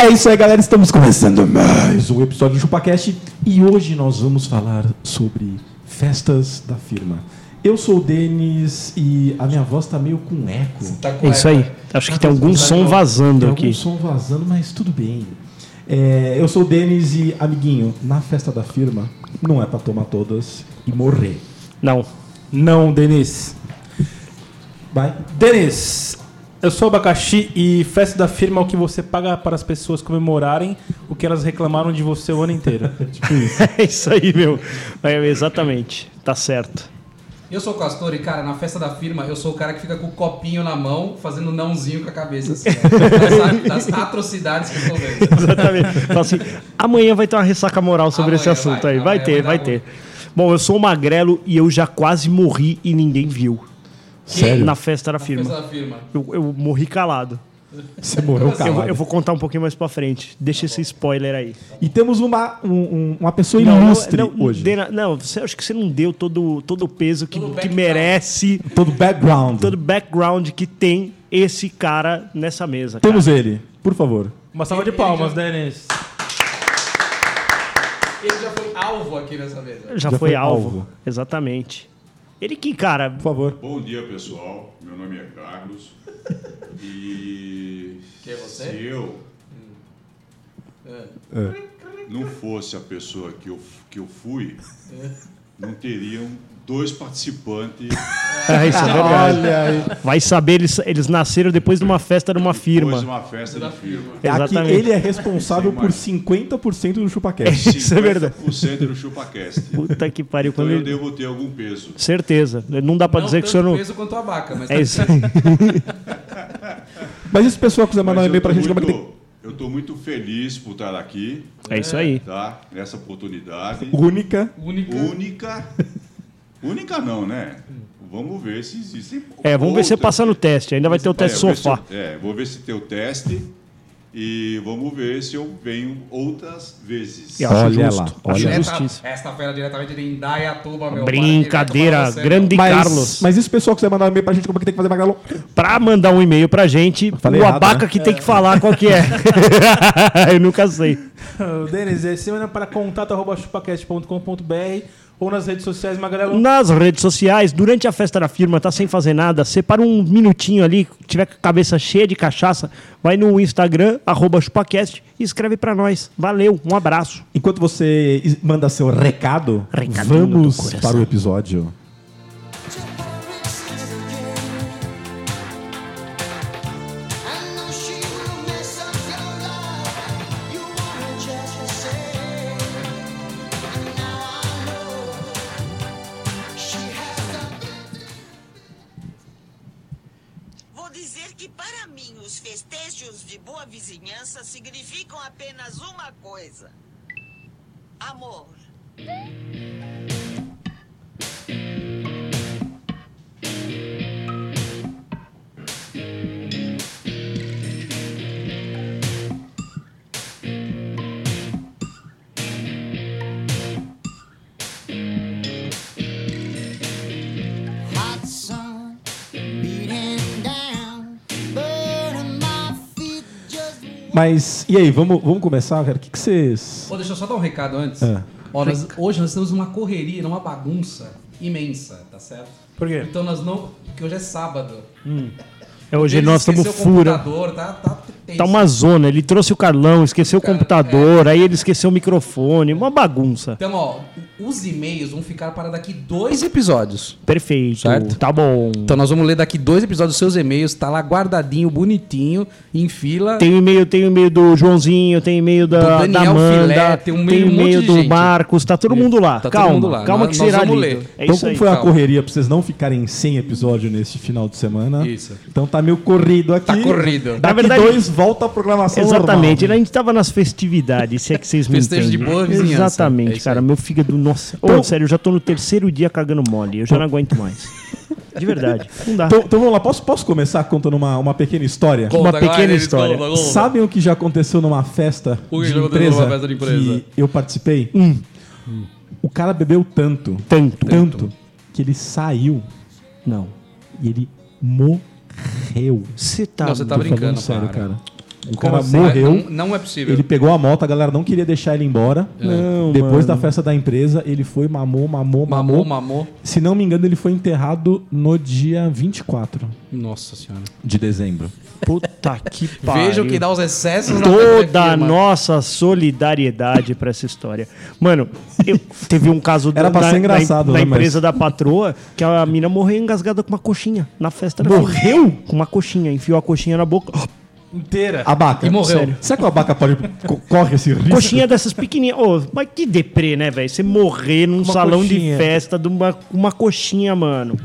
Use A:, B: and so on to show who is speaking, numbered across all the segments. A: É isso aí, galera. Estamos começando mais um episódio do ChupaCast e hoje nós vamos falar sobre festas da firma. Eu sou o Denis e a minha voz tá meio com eco.
B: É isso aí. Acho que tem algum som vazando
A: Tem
B: aqui.
A: algum som vazando, mas tudo bem. É, eu sou o Denis e, amiguinho, na festa da firma não é pra tomar todas e morrer.
B: Não.
C: Não, Denis.
A: Vai?
C: Denis, eu sou abacaxi e festa da firma é o que você paga para as pessoas comemorarem o que elas reclamaram de você o ano inteiro. tipo isso.
B: É isso aí, meu. É, exatamente. Tá certo.
D: Eu sou o Castor e, cara, na festa da firma, eu sou o cara que fica com o copinho na mão, fazendo nãozinho com a cabeça, assim, ó, das, das atrocidades que eu tô vendo.
B: Exatamente. Fala assim, amanhã vai ter uma ressaca moral sobre esse
D: Amanhã
B: assunto
D: vai,
B: aí. Vai
D: amanhã
B: ter,
D: vai
B: vai
D: dar um
B: ter. Bom, eu sou o magrelo e eu já quase morri e ninguém viu.
A: Sério?
B: Na festa da
D: Festa
B: firma.
D: da firma.
B: Eu, eu morri calado.
A: Você morreu
B: Eu, vou-
A: calado.
B: eu vou contar um pouquinho mais pra frente. Deixa esse spoiler aí.
A: E temos uma, um- um- uma pessoa
B: Não, não,
A: ilustre
B: não,
A: hoje.
B: Dena, não, você acho que você não deu todo, todo o peso que,
D: Todo o
B: que
D: background.
B: merece,
A: Todo background.
B: todo o background que tem esse cara nessa mesa. cara.
A: Temos ele, por favor.
C: Uma salva de palmas, Denis.
D: Ele já foi alvo aqui nessa mesa.
B: já, foi, alvo. Exatamente. Ele que, cara,
A: Por favor.
E: Bom dia, pessoal. Meu nome é Carlos. E
D: Que é você? Hum. É.
E: se
A: É.
E: eu não fosse a pessoa que eu, que eu fui,
D: É.
E: não teriam dois participantes
B: é isso, é verdade.
A: Olha aí. É
B: vai saber, eles, eles nasceram depois de uma festa de uma
E: depois de
B: firma.
E: uma festa
D: Da
E: de firma.
A: É aqui,
B: Exatamente.
A: ele é responsável
E: Sem
A: por
E: mais.
A: 50% do ChupaCast.
B: Isso é verdade.
E: 50% do ChupaCast.
B: Puta que pariu.
E: Então
B: Quando
E: eu
B: ele...
E: devo ter algum peso.
B: Certeza. Não dá pra
D: não
B: dizer que o
D: tanto
B: senhor não.
D: peso quanto a vaca, mas
B: É isso aí.
A: Mas e se o pessoal quiser mandar um
E: Mas
A: e-mail pra gente,
E: eu
A: como é que tem?
E: estou muito, feliz por estar aqui,
B: É isso aí.
E: tá? Nessa oportunidade.
A: Única.
D: único.
E: Única. Única não, né? Vamos ver se existem.
B: É, vamos ver se você
E: outras.
B: passa no teste. Ainda vai ter o
E: É,
B: teste
E: eu vou ver se
B: sofá.
E: eu- é, vou ver se tem o teste e vamos ver se eu venho outras vezes.
B: Eu acho
A: Olha
B: justo.
A: lá,
B: Acho
A: olha.
D: Direta-
B: justiça.
D: Esta fera diretamente de Indaiatuba, meu
B: Brincadeira.
D: Para direto pra você,
B: Grande
A: Mas,
B: Carlos.
A: mas e se o pessoal quiser mandar um e-mail pra gente, como é que tem que fazer, Magalhão?
B: Pra mandar um e-mail pra gente,
A: Falei
B: o
A: errado,
B: abaca
A: né?
B: que tem que falar qual que é. Eu nunca sei.
C: Denis, esse é para contato.chupacast.com.br ou nas redes sociais, Magrelo.
B: nas redes sociais, durante a festa da firma, tá sem fazer nada, separa um minutinho ali, tiver com a cabeça cheia de cachaça, vai no Instagram, arroba chupacast, e escreve pra nós. Valeu, um abraço.
A: Enquanto você is- manda seu recado,
B: Recadinho do
A: vamos
B: coração.
A: para o episódio.
F: Vou dizer que para mim os festejos de boa vizinhança significam apenas uma coisa: amor.
G: Hot sun beating down, burning my feet just
A: Mas, e aí, vamos, vamos começar, cara? O que que vocês.
D: Ô, deixa eu só dar um recado antes.
A: É.
D: Ó, nós- hoje nós temos uma correria, uma bagunça imensa, tá certo?
C: Por quê?
D: Então nós não. Porque hoje é sábado.
B: É, hoje
D: Ele
B: nós estamos
D: esqueceu o
B: fura.
D: computador, Tá, tá, tenso.
B: Tá uma zona. Ele trouxe o Carlão, esqueceu o computador,
H: é.
B: aí ele esqueceu o microfone. Uma bagunça.
D: Então, ó, os e-mails vão ficar para daqui dois
H: Dois episódios.
B: Perfeito.
H: Certo.
B: Tá bom.
H: Então nós vamos ler daqui dois episódios seus e-mails, tá lá guardadinho, bonitinho, em fila.
B: Tem o e-mail, tem o e-mail do Joãozinho, tem o e-mail da,
H: Do Daniel
B: da Amanda,
H: Filé, tem
B: tem
H: um
B: o
H: meio- um monte
B: e-mail
H: de
B: do
H: gente.
B: Marcos, tá todo mundo lá.
H: Tá todo
B: calma,
H: mundo lá.
B: calma
H: Nós-
B: que
H: nós
B: será
H: vamos
B: lido.
H: ler.
B: É
A: então,
B: isso
A: como
B: aí.
A: foi a
H: calma.
A: correria pra vocês não ficarem sem episódio nesse final de semana?
H: Isso.
A: Então tá meio corrido aqui.
H: Tá
A: Daqui
H: corrido.
B: Na verdade-
A: dois volta a programação
B: Exatamente, é-
A: normal.
B: a gente tava nas festividades, se é que vocês me entendem.
H: Festejo de boa vizinhança. É
B: Exatamente,
H: isso
B: cara,
H: aí.
B: meu fígado, nossa. Ô,
A: Então-
B: sério, eu já tô no terceiro dia cagando mole, eu já não aguento mais. De verdade, não dá.
A: Então, então vamos lá, posso, posso começar contando uma, uma pequena história?
H: Conta,
B: pequena
H: galera, eles
B: história.
H: contam, contam.
A: Sabem o que já aconteceu numa festa,
H: O que
A: de,
H: já aconteceu
A: empresa
H: numa festa de empresa? Hum.
A: que eu participei? Hum. O cara bebeu tanto,
B: Tanto.
A: tanto, que ele saiu
B: Não.
A: e ele morreu.
B: Você tá.
H: Não, você tá
A: Tô falando
H: brincando,
A: sério,
H: para.
A: cara. O
H: Como
A: cara
H: assim?
A: morreu.
H: Não, não é possível.
A: Ele pegou a moto, a galera não queria deixar ele embora.
B: É. Não,
A: Depois
B: mano.
A: da festa da empresa, ele foi, mamou, mamou, mamou.
H: Mamou, mamou.
A: Se não me engano, ele foi enterrado no dia 24
H: Nossa senhora.
A: de dezembro.
B: Puta que pariu.
H: Veja o que dá os excessos
B: Toda a
H: firma.
B: nossa solidariedade pra essa história. Mano, eu- teve um caso
A: Era pra ser engraçado,
B: da
A: né, mas-
B: empresa da patroa que a mina morreu engasgada com uma coxinha na festa da
A: Morreu?
B: firma. Com uma coxinha, enfiou a coxinha na boca.
C: Inteira.
A: Abaca.
H: E morreu.
A: Sério. Será que o abaca pode, co- corre esse risco?
B: Coxinha dessas pequenininhas. Ô, mas que deprê, né, velho? Você morrer num
A: Uma
B: salão
A: coxinha.
B: de festa de uma, uma coxinha, mano.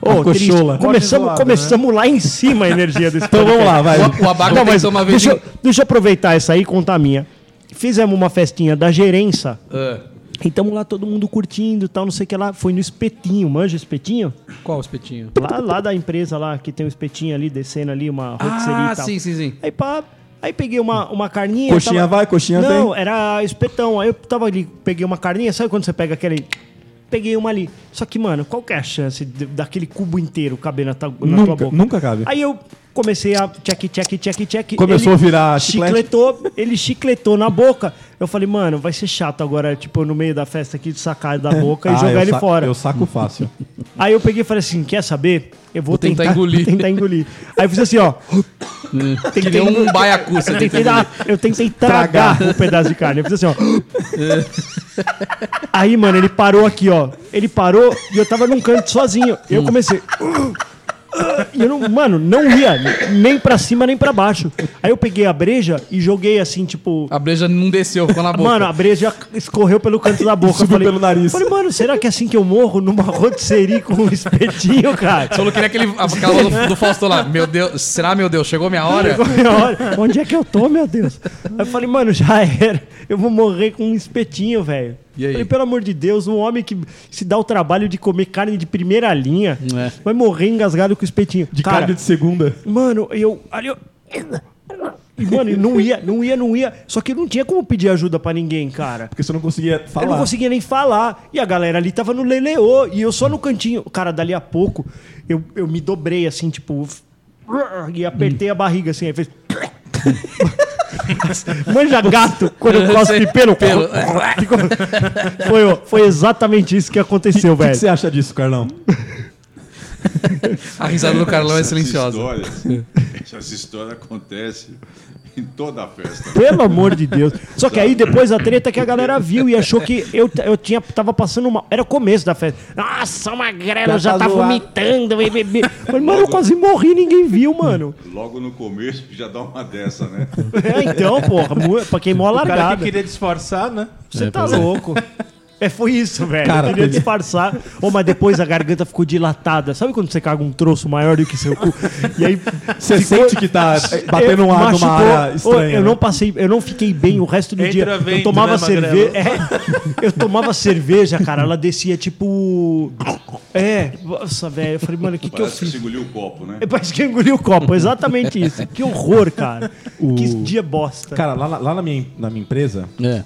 B: Ô,
A: Uma
B: triste.
A: coxola.
B: Começamos,
A: Pode zoar,
B: começamos lá em cima a energia desse
A: Então vamos lá, vai.
H: né? O, o abaca
B: Não, mas
H: pensou uma vez.
B: deixa, eu-
H: em-
B: deixa eu aproveitar essa aí e contar a minha. Fizemos uma festinha da gerência.
H: Ah,
B: E tamo lá todo mundo curtindo e tal, não sei o que lá. Foi no espetinho, manja espetinho?
H: qual o espetinho?
B: Lá, lá da empresa lá, que tem o espetinho ali, descendo ali, uma rotisseria
H: Ah,
B: e tal.
H: sim, sim, sim.
B: Aí pá, aí peguei uma, uma carninha.
A: Coxinha vai, coxinha
B: não, Não, era espetão. Aí eu tava ali, peguei uma carninha, sabe quando você pega aquele. Peguei uma ali. Só que, mano, qual que é a chance de- daquele cubo inteiro caber na, ta- na tua
A: Nunca,
B: boca?
A: nunca cabe.
B: Aí eu comecei a check, check, check, check.
A: Começou
B: Ele
A: a virar chiclete.
B: chicletou, ele chicletou na boca. Eu falei, mano, vai ser chato agora, tipo, no meio da festa aqui, de sacar da boca
A: Ah,
B: e
A: eu
B: jogar ele
A: sa-
B: fora.
A: Eu saco fácil.
B: Aí eu peguei e falei assim, quer saber? Eu vou,
H: Vou tentar
B: tentar,
H: engolir.
B: tentar engolir. Aí eu fiz assim, ó.
H: Que nem um baiacu, você
B: Eu
H: tem
B: tentei, dar, eu tentei tragar o pedaço de carne. Eu fiz assim, ó. Aí, mano, ele parou aqui, ó. Ele parou e eu tava num canto sozinho. E eu comecei. E eu não, mano, não ia nem pra cima nem pra baixo. Aí eu peguei a breja e joguei assim, tipo.
H: A breja não desceu, ficou na boca.
B: Mano, a breja escorreu pelo canto da boca. Eu
A: Subiu pelo nariz.
B: Falei, mano, será que é assim que eu morro numa rotisserie com um espetinho, cara?
H: Só não queria aquele, aquela do, do Fausto lá. Meu Deus, será, meu Deus, chegou minha hora?
B: Olha, Onde é que eu tô, meu Deus? Aí eu falei, mano, já era. Eu vou morrer com um espetinho, velho.
H: E aí?
B: Falei, pelo amor de Deus, um homem que se dá o trabalho de comer carne de primeira linha
H: É.
B: vai morrer engasgado com espetinho.
A: De
B: Cara,
A: carne de segunda.
B: Mano, eu. Ali eu. E, Mano, e não ia, não ia, não ia. Só que eu não tinha como pedir ajuda pra ninguém, cara.
A: Porque você não conseguia falar.
B: Eu não conseguia nem falar. E a galera ali tava no leleô. E eu só no cantinho. Cara, dali a pouco, eu, eu me dobrei assim, tipo. f- E apertei a barriga assim. Aí fez. Manja gato quando cospe pelo.
H: Pelo.
B: Ficou- Foi, ó, foi exatamente isso que aconteceu,
A: O que, que
B: velho.
A: você acha disso, Carlão?
H: A risada do Carlão é
E: Essa
H: silenciosa.
E: História, essa história acontece em toda a festa.
B: Pelo amor de Deus. Só que aí depois a treta que a galera viu e achou que eu, eu tinha, tava passando mal. Era o começo da festa. Nossa, uma grela
A: Já
B: já
A: tá
B: tá
A: zoado.
B: vomitando. be, be, be. Mas, mano, eu quase morri, ninguém viu, mano.
E: Logo no começo já dá uma dessa, né?
B: É, então, porra, mu- pra quem mó
C: O cara
B: largada.
C: que queria disfarçar, né?
B: Você tá louco. É, foi isso, velho.
A: Cara,
B: eu queria
A: teve-
B: disfarçar. Ô, mas depois a garganta ficou dilatada. Sabe quando você caga um troço maior do que seu cu? E aí.
A: Você sente que tá eh, batendo um ar numa
B: machucou.
A: área
B: Ô,
A: estranha. né?
B: eu não passei, eu não fiquei bem o resto do
C: Entra
B: dia.
C: vento,
B: eu tomava
C: né,
B: cerveja. É, eu tomava cerveja, cara. Ela descia tipo. É, nossa, velho. Eu falei, mano, o que, que eu
E: Parece que
B: fiz?
E: você engoliu o copo, né?
B: É, Parece que eu engoli o copo, exatamente isso. Que horror, cara. Que dia bosta.
A: Cara, lá, lá- lá na, minha, na minha empresa,
H: É.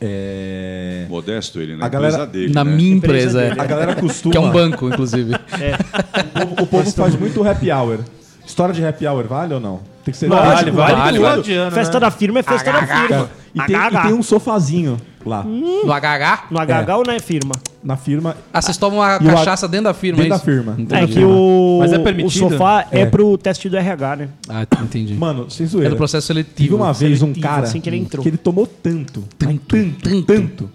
A: é,
E: Modesto ele, né?
A: A galera-
E: Empresa dele,
H: Na
E: né?
H: minha empresa, é.
A: a galera costuma.
H: Que é um banco, inclusive.
A: O povo, o povo faz muito happy hour. História de happy hour vale ou não? Tem que ser
B: Vale,
A: Lógico,
H: vale,
C: vale,
H: vale.
C: todo ano,
B: festa
C: né?
B: da firma é festa da firma.
A: E tem, e tem um sofazinho Lá.
H: No HH?
B: No HH ou na firma?
A: Na firma.
H: Ah, vocês tomam a
A: E o
H: cachaça dentro da firma,
A: Dentro
H: é
A: da
H: isso?
A: firma.
H: Entendi.
B: É que o,
C: Mas é permitido?
B: o sofá é.
A: É.
B: pro teste do RH, né?
H: Ah, entendi.
A: Mano, sem
H: é
A: zoeira.
H: do processo
A: Tive
H: seletivo.
A: uma vez um
B: seletivo,
A: cara
B: assim que ele entrou.
A: tomou tanto, mas tanto, tanto,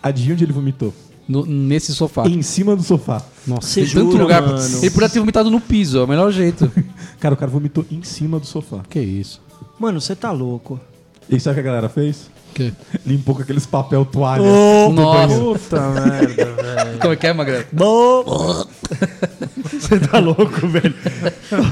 A: Adivinha onde ele vomitou?
H: No- nesse sofá.
A: Em cima do sofá.
B: Nossa,
H: Tem tanto lugar. pra- Ele podia ter vomitado no piso, é o melhor jeito.
A: Cara, o cara vomitou em cima do sofá.
H: que isso?
B: Mano, você tá louco.
A: E sabe o que a galera fez?
H: Que?
A: Limpou com aqueles papel toalha.
H: Oh. Nossa.
C: Puta merda, velho.
H: Como é que é, Magrelo?
B: Você tá louco, velho.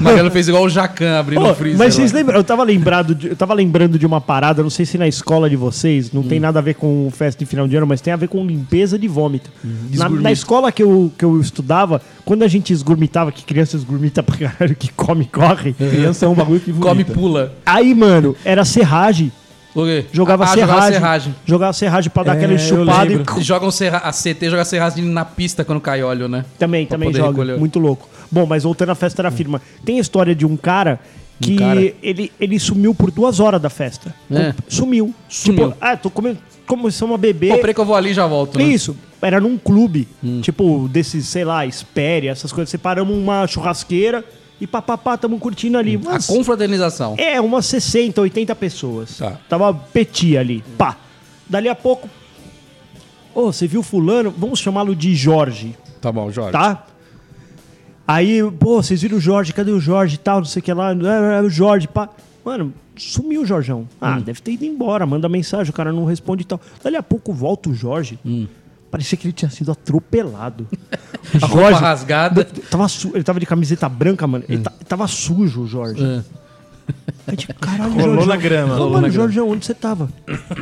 H: Magrelo fez igual o Jacan abrindo
B: Ô,
H: o freezer.
B: mas vocês
H: lá.
B: lembram? Eu tava lembrado de- eu tava lembrando de uma parada, não sei se na escola de vocês, não tem nada a ver com festa de final de ano, mas tem a ver com limpeza de vômito. Na, na escola que eu, que eu estudava, quando a gente esgurmitava, que criança esgurmita pra caralho, que come, corre.
A: Criança é um bagulho que
H: Come e
A: vomita.
H: pula.
B: Aí, mano, era serragem.
H: O quê?
B: Jogava
H: Ah,
B: serragem.
H: Jogava serragem.
B: Jogava serragem pra dar
A: É,
B: aquela
A: eu
B: enxupada e
A: lembro.
H: E Jogam serra a CT joga serragem na pista quando cai óleo, né?
B: Também, também
H: poder
B: joga.
H: recolher. Hum.
B: Muito louco. Bom, mas voltando à festa da firma. Tem a história de um cara que
H: cara?
B: Ele, ele sumiu por duas horas da festa.
H: É.
B: Com- Sumiu.
H: Sumiu.
B: Tipo, ah, tô come- começando a beber.
H: Pô, peraí que eu vou ali e já volto.
B: Que
H: Né? Hum.
B: isso? Era num clube, tipo, desses, sei lá, espere, essas coisas. Separamos uma churrasqueira e papapá, tamo curtindo ali.
H: A
B: Umas-
H: confraternização.
B: é, umas 60, 80 pessoas.
H: Tá.
B: Tava petia ali. Pá. Dali a pouco. Ô, você viu fulano? Vamos chamá-lo de Jorge,
H: Tá bom, Jorge.
B: tá? Aí, pô, vocês viram o Jorge, cadê o Jorge e tal, não sei o que lá. É, é, o Jorge, pá. Mano, sumiu o Jorgão.
H: Hum.
B: Ah, deve ter ido embora, manda mensagem, o cara não responde e tal. Dali a pouco volta o Jorge.
H: Hum.
B: Parecia que ele tinha sido atropelado.
H: A roupa rasgada.
B: Tava su- Ele tava de camiseta branca, mano.
C: Hum.
B: Ele ta- tava sujo, o Jorge. Aí, tipo, caralho,
C: É. Rolou
B: Jorgão.
C: na grama,
B: Ô,
C: rolou na
B: mano,
C: grama.
B: Jorge, onde você tava?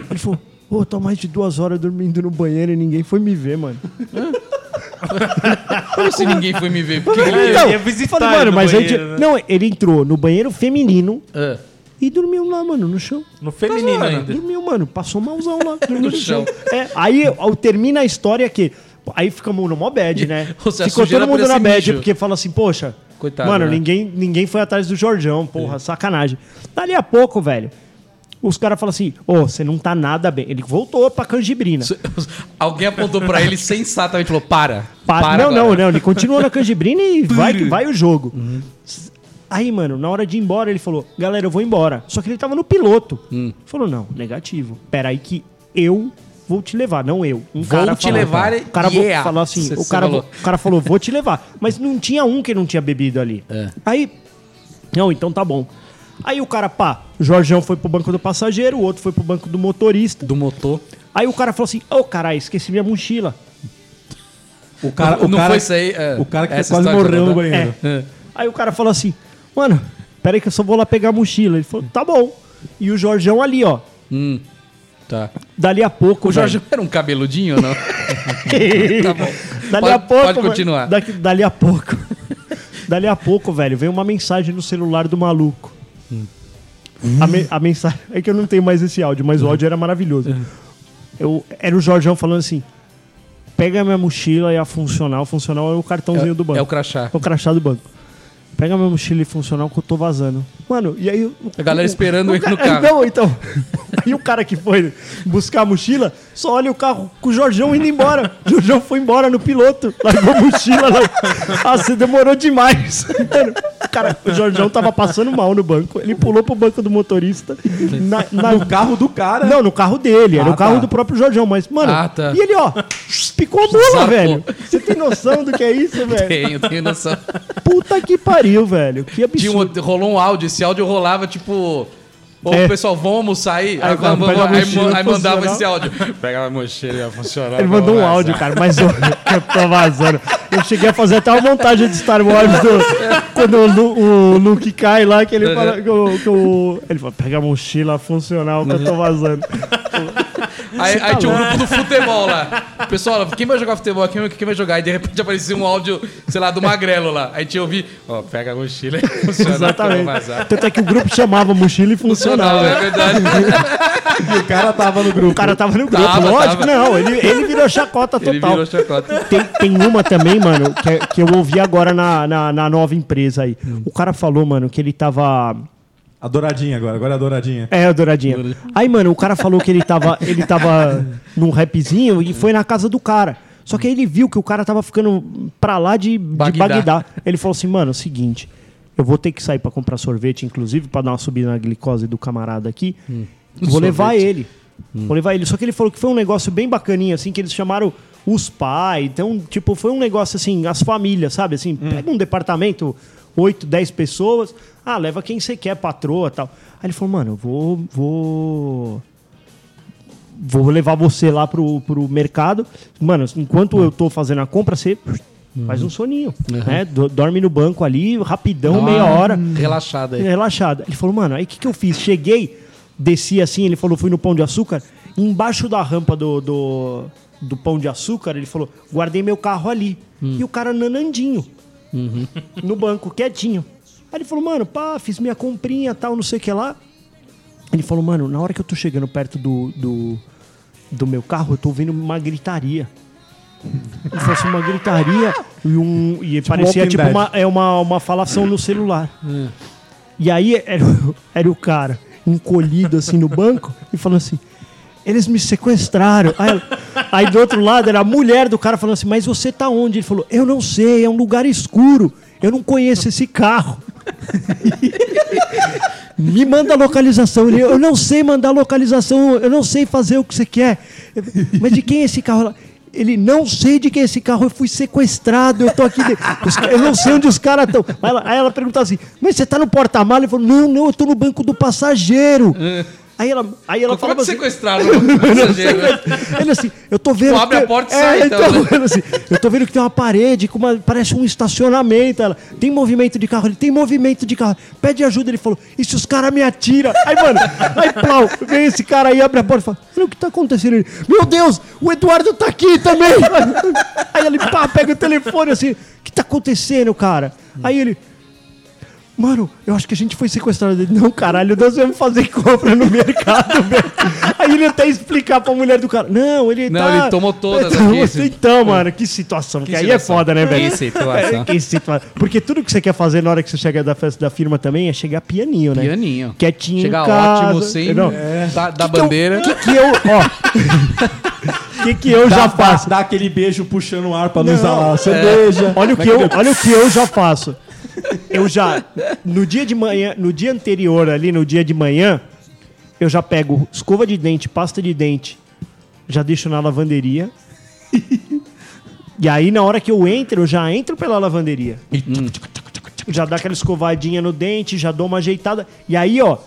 B: Ele falou, ô, tô mais de duas horas dormindo no banheiro e ninguém foi me ver, mano.
H: Como se ninguém foi me ver? Porque
C: ele
B: Então,
C: ia visitar
B: falei,
C: ele
B: mano,
C: no
B: mas aí
C: banheiro,
B: de-
C: né?
B: Não, ele entrou no banheiro feminino
H: Ah,
B: e dormiu lá, mano, no chão.
C: No feminino
B: Mas, mano,
C: ainda.
B: Dormiu, mano. Passou malzão lá. Dormiu
H: No chão.
B: É, aí ó, termina a história que. Aí ficamos no mó bad, né?
H: Ou seja, a
B: Ficou
H: sujeira
B: todo mundo
H: parece
B: na bad,
H: mijo.
B: porque fala assim, poxa,
H: Coitado,
B: mano,
H: né? É.
B: ninguém, ninguém foi atrás do Jorgão, porra, sacanagem. Dali a pouco, velho, os caras falam assim, ô, você não tá nada bem. Ele voltou pra canjibrina.
H: alguém apontou pra ele sensatamente falou: para.
B: Pa-
H: Para.
B: não, não,
H: agora.
B: não. Ele continuou na canjibrina e vai, que vai o jogo. Aí, mano, na hora de ir embora, ele falou, galera, eu vou embora. Só que ele tava no piloto.
H: Hum.
B: Falou, não, negativo. Pera aí que eu vou te levar, não eu. Um
H: Vou
B: cara
H: te levar
B: O cara vo-
H: yeah.
B: falou assim,
H: Cê-
B: o
H: cê
B: cara,
H: falou.
B: vo- o cara falou, vou te levar. Mas não tinha um que não tinha bebido ali.
H: É.
B: Aí, não, então tá bom. Aí o cara, pá, o Jorgão foi pro banco do passageiro, o outro foi pro banco do motorista.
H: Do motor.
B: Aí o cara falou assim, ô, caralho, esqueci minha mochila.
A: O cara, o
H: não
A: cara,
H: foi isso aí. é.
A: O cara que
H: Essa
A: quase
H: história que
A: morreu no
H: eu tô contando.
A: banheiro.
B: É. Aí o cara falou assim, mano, peraí que eu só vou lá pegar a mochila. Ele falou, tá bom. E o Jorgão ali, ó.
H: Tá.
B: Dali a pouco.
H: O Jorge era um cabeludinho ou não?
B: velho,
H: tá bom.
B: dali
H: Pode-
B: a pouco.
H: pode
B: velho,
H: continuar.
B: Daqui, dali a pouco. dali a pouco, velho, veio uma mensagem no celular do maluco. A, me- a mensagem. É que eu não tenho mais esse áudio, mas o áudio era maravilhoso. Eu, era o Jorgão falando assim: pega minha mochila e a funcional. Funcional é o cartãozinho do banco.
H: É o crachá.
B: O crachá do banco. Pega minha mochila e funcional que eu tô vazando. Mano, e aí. o-
H: A galera esperando
B: o
H: ele no
B: cara-
H: carro.
B: Não, então. Aí o cara que foi buscar a mochila só olha o carro com o Jorjão indo embora. O Jorjão foi embora no piloto. Largou a mochila lá. Ah, você demorou demais. Mano, o cara, o Jorjão tava passando mal no banco. Ele pulou pro banco do motorista. Na, na-
A: O carro do cara.
B: Não, no carro dele. Era
A: Ah,
B: o carro
A: tá.
B: do próprio Jorjão. Mas, mano.
H: Ah, tá.
B: E ele, ó, picou a bola,
H: Zarpou.
B: velho. Você tem noção do que é isso, velho?
H: Tenho, tenho noção.
B: Puta que pariu, velho. Que
H: Tinha
B: absurdo.
H: um- rolou um áudio, esse áudio rolava tipo. Ô,
B: É.
H: pessoal, vamos sair? Aí,
B: Aí,
H: vamos,
B: pega a
H: vamos, aí,
B: mochila
H: mo- aí mandava
B: funcional.
H: esse áudio. Pega a mochila e ia funcionar.
B: Ele mandou um áudio, cara, mas eu, eu tô vazando. Eu cheguei a fazer até uma montagem de Star Wars do- quando o, Lu- o Luke cai lá, que ele fala que o. que o- ele fala, pega a mochila funcional que eu tô vazando.
H: Aí,
B: tá
H: aí tinha um grupo do futebol lá. Pessoal, quem vai jogar futebol? Quem, quem vai jogar? Aí de repente aparecia um áudio, sei lá, do Magrelo lá. Aí tinha ouvi, ó, pega a mochila e funciona.
B: Exatamente.
H: pra vazar.
B: Tanto é que o grupo chamava mochila e funcionava.
H: Funcionava, é verdade.
A: O cara tava no grupo.
B: O cara tava no grupo,
H: Tava,
B: lógico,
H: tava.
B: não. Ele, ele virou chacota total.
H: Ele virou chacota.
B: Tem, tem uma também, mano, que, que eu ouvi agora na, na, na nova empresa aí. O cara falou, mano, que ele tava.
A: A douradinha agora, agora é a douradinha.
B: É, a douradinha. Aí, mano, o cara falou que ele tava, ele tava num rapzinho e foi na casa do cara. Só que aí ele viu que o cara tava ficando pra lá de de
H: Bagdá.
B: Bagdá. Ele falou assim, mano, é o seguinte, eu vou ter que sair pra comprar sorvete, inclusive, pra dar uma subida na glicose do camarada aqui. Vou levar ele. Vou levar ele. Só que ele falou que foi um negócio bem bacaninha, assim, que eles chamaram os pais. Então, tipo, foi um negócio assim, as famílias, sabe? Assim, pega um departamento, 8, 10 pessoas. Ah, leva quem você quer, patroa tal. Aí ele falou, mano, eu vou. vou vou levar você lá pro, pro mercado. Mano, enquanto eu tô fazendo a compra, você faz um soninho, né? Do- dorme no banco ali, rapidão, meia hora.
H: Relaxada aí.
B: Relaxada. Ele falou, mano, aí o que, que eu fiz? Cheguei, desci assim, ele falou, fui no Pão de Açúcar, embaixo da rampa do, do, do Pão de Açúcar, ele falou, guardei meu carro ali. E o cara nanandinho, no banco, quietinho. Aí ele falou, mano, pá, fiz minha comprinha, tal, não sei o que lá. Ele falou, mano, na hora que eu tô chegando perto do, do, do meu carro, eu tô ouvindo uma gritaria. Ele falou assim, uma gritaria e um. E parecia
A: Walking
B: tipo
A: Dead.
B: uma, é uma, uma falação no celular. E aí era, o- era o cara encolhido assim no banco e falando assim. Eles me sequestraram. Aí, ela- aí do outro lado era a mulher do cara falando assim: Mas você tá onde? Ele falou: Eu não sei, é um lugar escuro. Eu não conheço esse carro. Me manda a localização. Ele, eu não sei mandar localização, eu não sei fazer o que você quer. Eu, Mas de quem é esse carro? Ela, Ele, não sei de quem é esse carro, eu fui sequestrado, eu tô aqui. de- os ca- eu não sei onde os caras estão. Aí ela, aí ela pergunta assim: Mas você tá no porta-malas? Ele falou: Não, não, eu tô no banco do passageiro. Aí ela, aí ela
H: É. Como é
B: falava
H: que
B: assim,
H: sequestraram o passageiro? né?
B: ele assim, eu tô vendo.
H: Tu abre
B: que- É,
H: a porta e sai, então, né?
B: ele assim, eu tô vendo que tem uma parede, com uma, parece um estacionamento. Ela, tem movimento de carro, ele tem movimento de carro. Pede ajuda, ele falou, e se os caras me atiram? Aí, mano, aí, plau, vem esse cara aí, abre a porta e fala, olha o que tá acontecendo? Ele, Meu Deus, o Eduardo tá aqui também. Aí ele, pá, pega o telefone assim, o que tá acontecendo, cara? Aí ele, Mano, eu acho que a gente foi sequestrado dele. Não, caralho, nós vamos fazer compra no mercado, velho. Aí ele até explicar pra mulher do cara. Não, ele
H: Não,
B: tá-
H: ele tomou todas
B: Então,
H: aqui,
B: você-
H: esse-
B: Então, mano, que situação. Que, aí é
H: situação.
B: foda, né,
H: Que
B: velho?
H: situação.
B: que situação. Porque tudo que você quer fazer na hora que você chega da festa da firma também é chegar pianinho, né?
H: Pianinho.
B: Quietinho em
H: Chegar
B: casa,
H: ótimo, assim, É. sem
B: entendeu? Tá
H: da, da
B: Que que eu-
H: bandeira.
B: Que que eu, ó... que que eu já faço?
A: Dá aquele beijo puxando o ar pra não,
B: Não.
A: exalar. Você beija.
B: Olha o
H: é
B: que eu, olha o que eu já faço. Eu já no dia de manhã, no dia anterior ali, no dia de manhã, eu já pego escova de dente, pasta de dente, já deixo na lavanderia. E aí na hora que eu entro, eu já entro pela lavanderia. Já dá aquela escovadinha no dente, já dou uma ajeitada. E aí, ó,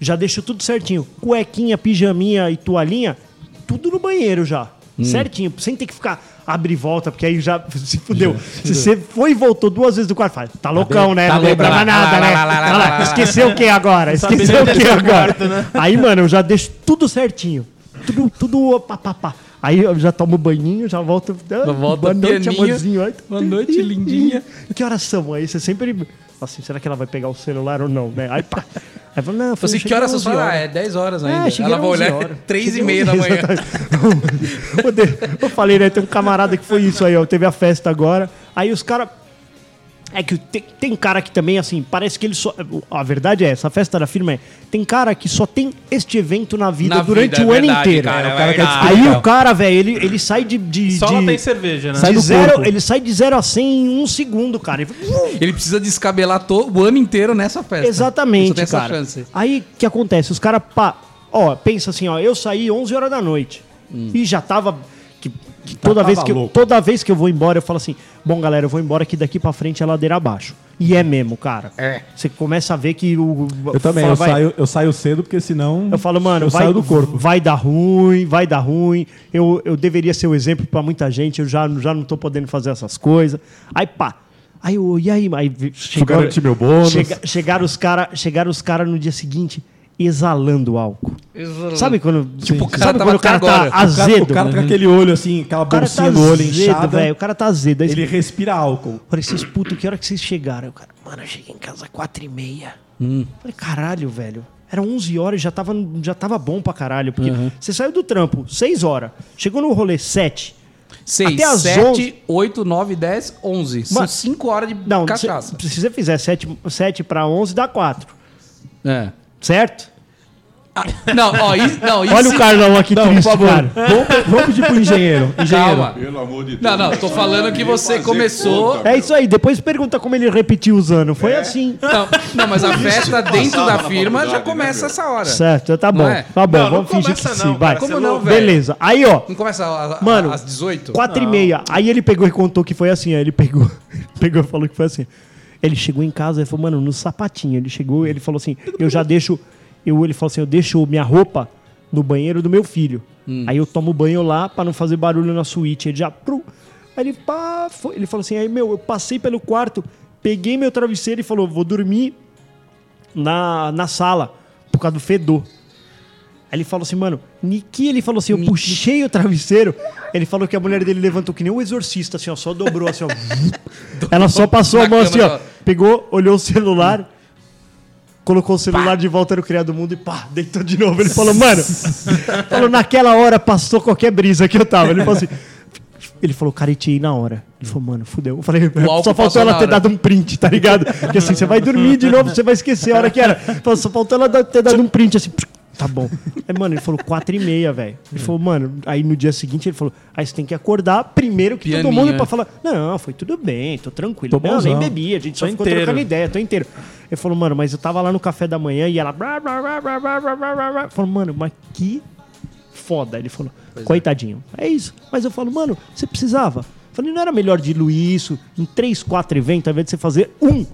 B: já deixo tudo certinho. Cuequinha, pijaminha e toalhinha, tudo no banheiro já.
H: Hum.
B: Certinho, sem ter que ficar abre e volta, porque aí já se fudeu. Se você foi e voltou duas vezes do quarto, fala, tá loucão, né?
H: tá
B: Não
H: bem,
B: lembra
H: lá,
B: mais
H: lá,
B: nada,
H: lá,
B: né?
H: lá, lá, lá,
B: Olha
H: lá,
B: lá,
H: lá.
B: Esqueceu o que agora? Esqueceu o que agora?
H: né?
B: Aí, mano, eu já deixo tudo certinho. Tudo, tudo, pá, pá, pá. Aí eu já tomo banhinho, já volto. ah,
H: volta
B: boa noite,
H: pianinho.
B: amorzinho. Ai,
H: Boa noite, lindinha.
B: que horas são? Aí você sempre. Fala Assim, será que ela vai pegar o celular ou não? Né? Aí pá. Aí fala, não,
H: Falei assim, que horas você fala? Ah, é 10 horas ainda.
B: cheguei
H: Ela vai
B: 11
H: olhar
B: horas.
H: 3 e
B: Cheguei
H: meia da
B: 11
H: manhã.
B: exatamente. Ô, Deus, Eu falei, né? Tem um camarada que foi isso aí, ó. Teve a festa agora. Aí os caras. É que tem, tem cara que também, assim, parece que ele só. A verdade é essa, a festa da firma é. Tem cara que só tem este evento na vida
H: Na
B: durante
H: vida, é
B: o ano
H: verdade,
B: inteiro.
H: cara, é
B: o cara quer
H: verdade.
B: descontar. aí o cara, velho, ele, ele sai de. de,
C: Só lá
B: de-
C: tem cerveja, né?
B: de
A: do
B: zero-
A: corpo.
B: ele sai de 0 a 100 em um segundo, cara. Ele fala, "Uh,
H: Ele precisa descabelar to- o ano inteiro nessa festa.
B: Exatamente,
H: Só tem essa
B: cara.
H: chance.
B: Aí o que acontece? Os caras, pá, ó, pensa assim, ó, eu saí 11 horas da noite
H: Hum.
B: e já tava que, que toda
A: tava
B: vez que eu,
A: louco.
B: toda vez que eu vou embora, eu falo assim: "Bom, galera, eu vou embora que daqui pra frente é ladeira abaixo". E é mesmo, cara.
H: É.
B: Você começa a ver que o
A: Eu também,
B: fala,
A: eu
B: vai-
A: saio, eu saio cedo, porque senão.
B: eu falo, mano,
A: eu
B: vai,
A: saio do corpo.
B: vai dar ruim, vai dar ruim. Eu, eu deveria ser o exemplo pra muita gente, eu já, já não tô podendo fazer essas coisas. Aí, pá. Aí, eu, e aí, aí chegou-
A: garantir meu bônus.
B: chegaram os caras chegaram os cara no dia seguinte exalando álcool. Sabe quando, tipo,
H: o cara
B: sabe
H: tava
B: quando o cara
H: até
B: tá
H: agora. O cara-
A: O cara,
B: azedo? tá
A: o cara tá com aquele olho assim, aquela bolsinha no olho inchada.
B: velho. O cara tá azedo. Aí
A: Ele respira álcool.
B: Falei, vocês puto, que hora que vocês chegaram? Eu, cara, mano, eu cheguei em casa quatro e meia. Falei, caralho, velho. Era 11 horas e já tava, já tava bom pra caralho. Porque você saiu do trampo, 6 horas. Chegou no rolê 7.
H: 6,
B: Até as
H: 7,
B: 11.
H: 8, 9, 10, 11. São
B: Mas-
H: 5 horas de
B: Não,
H: cachaça.
B: Se, se você fizer 7, 7 pra 11, dá 4.
H: É.
B: Certo?
H: Não, ó, isso, não, isso.
B: Olha o Carlão aqui
A: Não, por
B: triste,
A: favor.
B: cara.
A: Vamos, pe- vamos pedir pro engenheiro. Engenheiro.
H: Calma.
E: Pelo amor de Deus.
H: Não, não, tô
E: Isso
H: falando
E: aí
H: que
E: é
H: você
E: fazer
H: começou-
E: conta,
B: É
E: meu.
B: isso aí, depois pergunta como ele repetiu os anos.
H: É.
B: Foi assim.
H: Não, não, mas a festa dentro da
E: passava na
H: firma já
E: faculdade,
H: começa
E: né,
H: essa hora.
B: Certo, tá bom.
H: Não é?
B: Tá bom,
I: Não, não
B: vamos fingir que
I: começa
B: sim.
I: não,
B: vai.
I: cara, você
H: Como não, velho?
B: Beleza. Aí, ó.
H: Não começa a- a-
B: Mano,
H: às 18?
B: Quatro e meia. Aí ele pegou e contou que foi assim. Aí ele pegou, pegou e falou que foi assim. Ele chegou em casa e falou, mano, no sapatinho. Ele chegou, ele falou assim, eu já deixo. Eu, ele falou assim, eu deixo minha roupa no banheiro do meu filho. Aí eu tomo banho lá pra não fazer barulho na suíte. Ele já. pru. Aí ele, pá, foi. ele falou assim, aí, meu, eu passei pelo quarto, peguei meu travesseiro e falou, vou dormir na, na sala, por causa do fedor. Aí ele falou assim, mano, Niki, ele falou assim, eu puxei o travesseiro. Ele falou que a mulher dele levantou que nem um exorcista, assim, ó, só dobrou, assim, ó. Ela só passou a
H: Na
B: mão assim,
H: cama,
B: ó.
H: só.
B: Pegou, olhou o celular, colocou o celular de volta no criado do mundo e pá, deitou de novo. Ele falou, mano, falou, naquela hora passou qualquer brisa que eu tava. Ele falou assim. Ele falou, careteei na hora. Ele falou, mano, fudeu. Eu falei, só faltou
H: passou
B: ela
H: na
B: ter
H: hora."
B: dado um print, tá ligado? Porque assim, você vai dormir de novo, você vai esquecer a hora que era. Falou, só faltou ela dar- ter dado um print, assim, tá bom. Aí, mano, ele falou quatro e meia, velho. Ele falou, mano, aí no dia seguinte ele falou, aí você tem que acordar primeiro que todo
H: Pianinho,
B: mundo
H: né?
B: pra falar, não, foi tudo bem, tô tranquilo.
A: Tô
B: não, nem
A: bonzão.
B: bebi, a gente só
C: Tô
B: ficou
C: inteiro.
B: trocando ideia, tô inteiro. Ele falou, mano, mas eu tava lá no café da manhã e ela... Blá, blá, blá, blá, blá, blá, blá, blá, blá. Falou, mano, mas que foda. Ele falou, coitadinho. É. isso. Mas eu falo, mano, você precisava. Eu falei, não era melhor diluir isso em três, quatro eventos, ao invés de você fazer um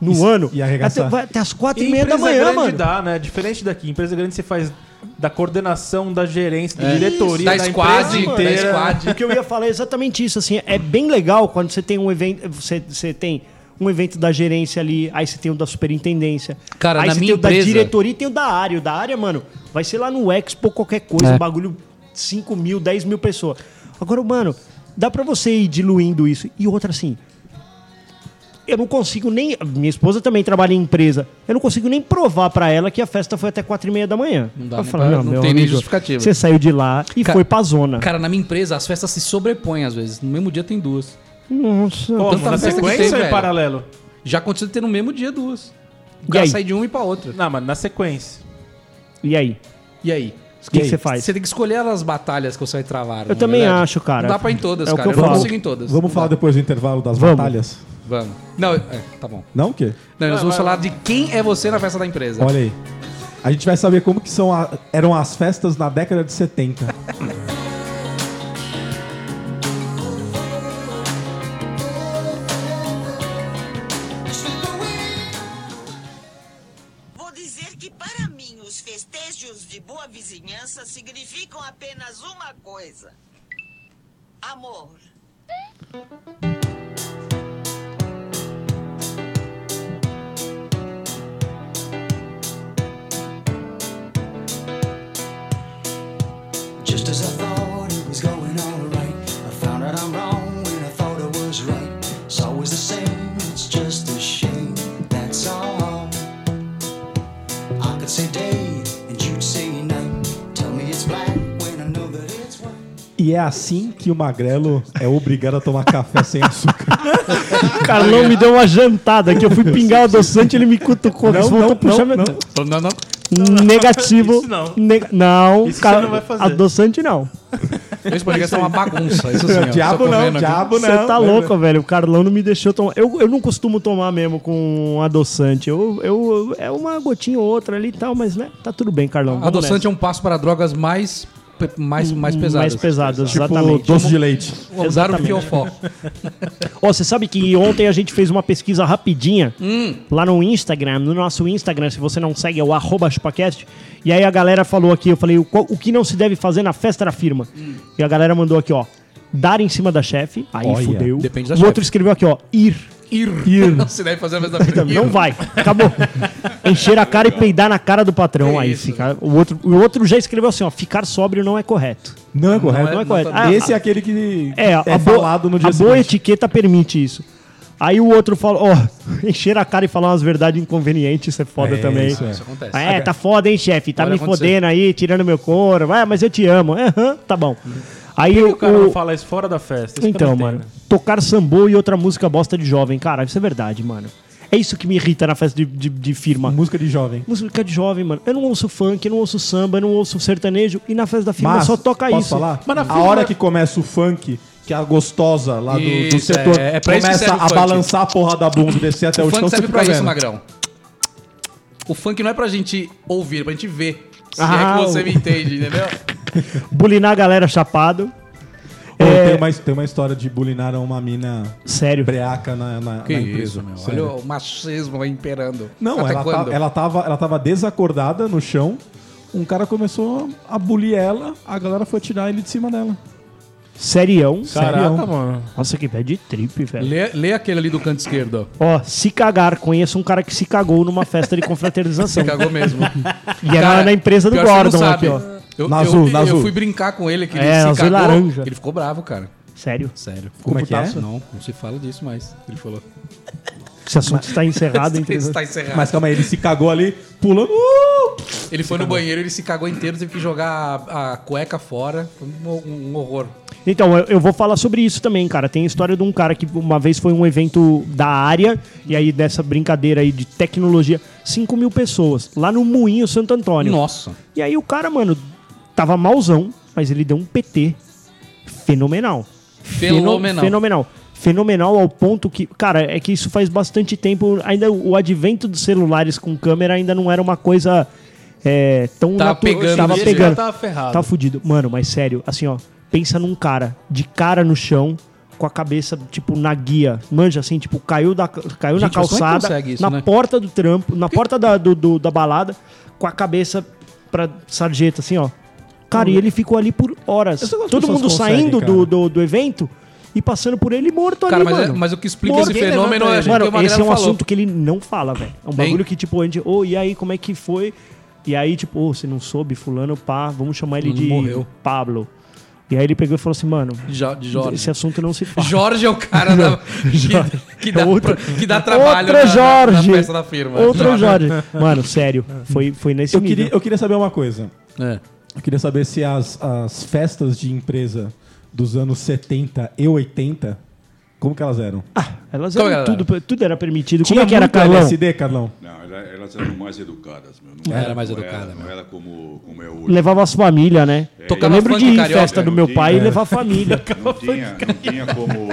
B: no ano.
A: e arregaçar.
B: Até, vai até as quatro e
C: Empresa
B: meia da manhã,
C: grande
B: mano.
C: dá, né? Diferente daqui. Empresa grande você faz da coordenação, da gerência, da diretoria,
H: Da
C: da,
H: squad,
C: empresa
H: da
C: inteira.
H: squad.
B: O que eu ia falar é exatamente isso, assim, é bem legal quando você tem um evento, você, você tem um evento da gerência ali, aí você tem o da superintendência,
H: Cara,
B: aí
H: na
B: você
H: minha
B: tem o da
H: empresa-
B: diretoria e tem o da área, o da área, mano, vai ser lá no Expo qualquer coisa, bagulho 5 mil, 10 mil pessoas. Agora, mano, dá pra você ir diluindo isso. E outra, assim, eu não consigo nem. Minha esposa também trabalha em empresa. Eu não consigo nem provar pra ela que a festa foi até quatro e meia da manhã.
H: Não dá
B: Eu
H: nem
B: falo,
H: pra- não
B: meu
H: tem nem justificativa.
B: Você saiu de lá e
H: Ca-
B: foi pra zona.
H: Cara, na minha empresa as festas se sobrepõem às vezes. No mesmo dia tem duas.
B: Nossa.
C: Como?
H: Tanta
C: na
H: festa que
C: sequência
H: tem,
C: ou em
H: velho.
C: paralelo?
H: Já aconteceu de ter no mesmo dia duas. O
B: E
H: cara
B: aí?
H: sai de uma e pra outra.
C: Não, mano, na sequência.
B: E aí?
H: E aí?
B: O que que você faz?
H: Você tem que escolher as batalhas que você travar. né,
B: Eu também acho, cara.
H: Não dá pra ir em todas,
B: É o que
H: cara.
B: eu
H: eu não
B: falo.
H: consigo ir em todas.
A: Vamos
H: Não
A: falar
H: dá.
A: depois do intervalo das
B: Vamos.
A: batalhas?
H: Vamos. Não, é, tá bom.
A: Não o quê?
H: Não, nós vamos falar de quem é você na festa da empresa.
A: Olha aí. A gente vai saber como que são a- eram as festas na década de 70.
F: Vou dizer que para mim os festejos de boa vizinhança significam apenas uma coisa: amor.
G: Just as I thought it was going alright, I found out I'm wrong when I thought I was right. It's always the same, it's just a shame, that's all. I could say day and you'd say night. Tell me it's black when I know that it's white.
A: E é assim que o magrelo é obrigado a tomar café sem açúcar.
B: O Carlão me deu uma jantada que eu fui pingar o adoçante ele me cutucou.
A: Não,
B: Eles voltam
A: não,
B: puxar
A: não,
B: meu-
A: não.
H: Não, não.
B: Negativo.
C: Isso não.
B: Neg- Não,
C: Isso
B: cara,
C: você não vai fazer.
B: adoçante não.
H: Esse podcast é uma bagunça. Isso sim, ó.
A: diabo
H: Só
A: não,
H: comendo aqui.
A: diabo não.
B: Você tá louco, velho. O Carlão não me deixou tomar. Eu, eu não costumo tomar mesmo com adoçante. Eu, eu, é uma gotinha ou outra ali e tal, mas né, tá tudo bem, Carlão. Vamos
H: Adoçante é
A: né?
H: um passo para drogas mais, pe- mais, mais
B: nessa.
H: pesadas.
B: mais pesado,
A: Tipo,
B: exatamente.
A: doce de leite.
H: Usar o fiofó.
B: Ó, você sabe que ontem a gente fez uma pesquisa rapidinha
H: Hum.
B: lá no Instagram, no nosso Instagram, se você não segue, é o arroba chupacast. E aí a galera falou aqui, eu falei, o, qual- o que não se deve fazer na festa da firma?
H: Hum.
B: E a galera mandou aqui, ó, dar em cima da chefe, aí
A: Olha,
B: fudeu.
H: depende da
B: o
H: chefe.
B: outro escreveu aqui, ó, ir.
H: Ir.
B: Ir.
H: Não se deve fazer a festa da firma.
B: Não vai, acabou. Encher a cara e peidar na cara do patrão. aí
H: né?
B: fica. O outro, o outro já escreveu assim, ó, ficar sóbrio não é correto.
A: Não é correto.
B: não é correto.
A: Ah,
B: Ah,
A: Esse é aquele que
B: É, a, boa,
A: falado no dia
B: a boa
A: seguinte.
B: etiqueta permite isso. Aí o outro fala, ó, encher a cara e falar umas verdades inconvenientes, isso é foda
A: É,
B: também.
A: isso é.
H: Isso acontece.
B: É, tá foda, hein, chefe? Tá
H: Pode
B: me
H: acontecer.
B: fodendo aí, tirando meu couro. Vai, mas eu te amo. Aham, tá bom. Aí
C: Por que
B: o,
C: o cara não
B: o-
C: fala isso fora da festa? Isso que eu
B: Então,
C: não entendo.
B: mano, tocar sambo e outra música bosta de jovem. Cara, isso é verdade, mano. É isso que me irrita na festa de, de, de firma.
A: Música de jovem.
B: Música de jovem, mano. Eu não ouço funk, eu não ouço samba, eu não ouço sertanejo. E na festa da firma
A: Mas,
B: só toca
A: posso
B: isso.
A: falar?
C: Mas na
A: a
C: firma-
B: é-
A: hora que começa o funk, que é a gostosa lá do, do
H: Isso,
A: setor
H: é- é pra isso que
A: começa
H: serve o
A: a
H: funk.
A: balançar a porra da bunda, descer até é o,
H: o
A: chão,
H: funk
A: você
H: serve
A: fica
H: pra isso,
A: vendo.
H: Magrão. O funk não é pra gente ouvir, é pra gente ver. Se
B: Ah,
H: é que você
B: o-
H: me entende, entendeu?
B: Bulinar a galera chapado.
A: Pô,
B: É.
A: tem, uma, tem uma história de bulinar uma mina
B: Sério.
A: breaca na, na,
H: Que
A: na empresa.
H: isso, meu.
A: Sério.
H: Olha o machismo vai imperando.
A: Não,
H: Até
A: ela,
H: quando?
A: tá, ela, tava, ela tava desacordada no chão. Um cara começou a bulir ela, a galera foi tirar ele de cima dela.
B: Serião.
C: Caraca,
B: Serião.
C: mano.
B: Nossa, que bad trip, velho.
H: Lê, lê aquele ali do canto esquerdo.
B: Ó, se cagar. Conheço um cara que se cagou numa festa de confraternização.
H: Você cagou mesmo.
B: E era na empresa do
H: pior que você não
B: Gordon
H: sabe.
B: aqui, ó.
H: Eu,
A: Na
H: eu-
A: azul,
H: eu,
A: na azul.
H: fui brincar com ele, que
B: É,
H: ele
B: azul
H: se
B: e
H: cagou.
B: laranja.
H: Ele ficou bravo, cara.
B: Sério.
H: Sério. Ficou
A: Como é que é?
H: putaço. Não, não se fala disso mais. Ele falou.
B: Esse assunto está encerrado entre
H: Ele está encerrado.
A: Mas calma aí, ele se cagou ali, pulando. Uh!
H: Ele foi no banheiro, ele se cagou inteiro, teve que jogar a, a cueca fora. Foi um, um horror.
B: Então, eu, eu vou falar sobre isso também, cara. Tem a história de um cara que uma vez foi um evento da área, e aí dessa brincadeira aí de tecnologia, 5 mil pessoas, lá no Moinho Santo Antônio.
H: Nossa.
B: E aí o cara, mano, tava malzão, mas ele deu um PT fenomenal. Feno-
H: Fenomenal.
B: Fenomenal. Fenomenal ao ponto que, cara, é que isso faz bastante tempo. Ainda o advento dos celulares com câmera ainda não era uma coisa é, tão
H: Tava
B: natu-
H: pegando
B: Tava
H: desse
B: pegando.
H: jeito.
C: Tava ferrado.
B: Tava fudido. Mano, mas sério, assim, ó. Pensa num cara de cara no chão, com a cabeça, tipo, na guia. Manja, assim, tipo, caiu, da, caiu na
H: Gente, mas como é que
B: calçada,
H: consegue isso,
B: na
H: né?
B: porta do trampo, na porta da, do- do- da balada, com a cabeça pra sarjeta, assim, ó. Cara,
H: Hum.
B: e ele ficou ali por horas.
A: Eu só gosto que
B: Todo
A: pessoas
B: mundo
A: conseguem,
B: saindo
A: cara.
B: do, do, do evento e passando por ele morto
H: Cara,
B: ali,
H: mas, é-
B: mano.
H: mas o que explica
B: Morto.
H: esse fenômeno é a gente
B: Mano,
H: que o Magrelo
B: esse é um
H: falou.
B: assunto que ele não fala, velho. É um
H: Bem-
B: bagulho que, tipo, a gente, ô, e aí, como é que foi? E aí, tipo, ô, você não soube, fulano, pá, vamos chamar ele
H: Fulano
B: de
H: morreu.
B: Pablo. E aí ele pegou e falou assim, mano,
H: Jo- de Jorge.
B: esse assunto não se fala.
H: Jorge é o cara da- que, que dá,
B: É outro-
H: que dá trabalho
B: Outro
H: na- na-
B: Jorge.
H: Na, festa da firma.
B: Outro Jorge. Mano, sério, foi, foi nesse
A: Eu
B: nível.
A: queria, eu queria saber uma coisa.
H: É.
A: Eu queria saber se as, as festas de empresa dos anos 70 e 80, como que elas eram?
B: Elas
H: Como
B: eram
H: é que ela
B: tudo, tudo era permitido. Ah, como é que era,
A: muito
B: Carlão?
A: LSD, Carlão?
E: Não, ela- elas eram mais educadas, meu. Não
H: Era mais
E: não
H: educada,
E: era,
H: meu.
E: Não era como, como é hoje.
B: Levava as famílias, né? Eu
H: Tocava
B: lembro de
H: funk
B: ir em
H: carioca.
B: festa do
E: né?
B: meu
E: Não
B: pai e
E: tinha-
B: levar a família.
E: Não tinha, não tinha como.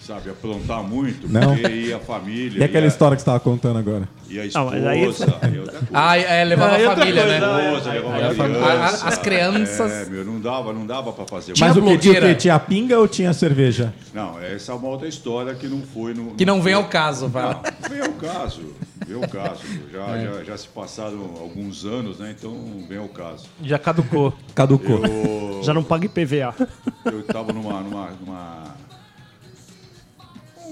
E: Sabe, aprontar muito,
A: Não.
E: porque ia a família.
A: E aquela
E: ia-
A: história que você tava contando agora?
E: E a
B: Não,
E: esposa.
B: mas aí-
E: e outra coisa.
H: Ah, é, levava a família, né?
E: Esposa, levava
H: aí a família.
E: criança.
H: A- as crianças-
E: É, meu, não dava, não dava pra fazer.
H: Tinha
A: Mas o que? Tinha, o
H: blogueira.
A: quê? tinha pinga ou tinha cerveja?
E: Não, essa é uma outra história que não foi. No,
H: Que não vem
E: foi-
H: ao caso, vai.
E: Não, vem ao caso. Vem ao caso. Já,
H: É.
E: já, já se passaram alguns anos, né? Então vem ao caso.
C: Já caducou.
A: Caducou.
E: Eu-
B: Já não paga IPVA.
E: Eu estava numa, numa, numa-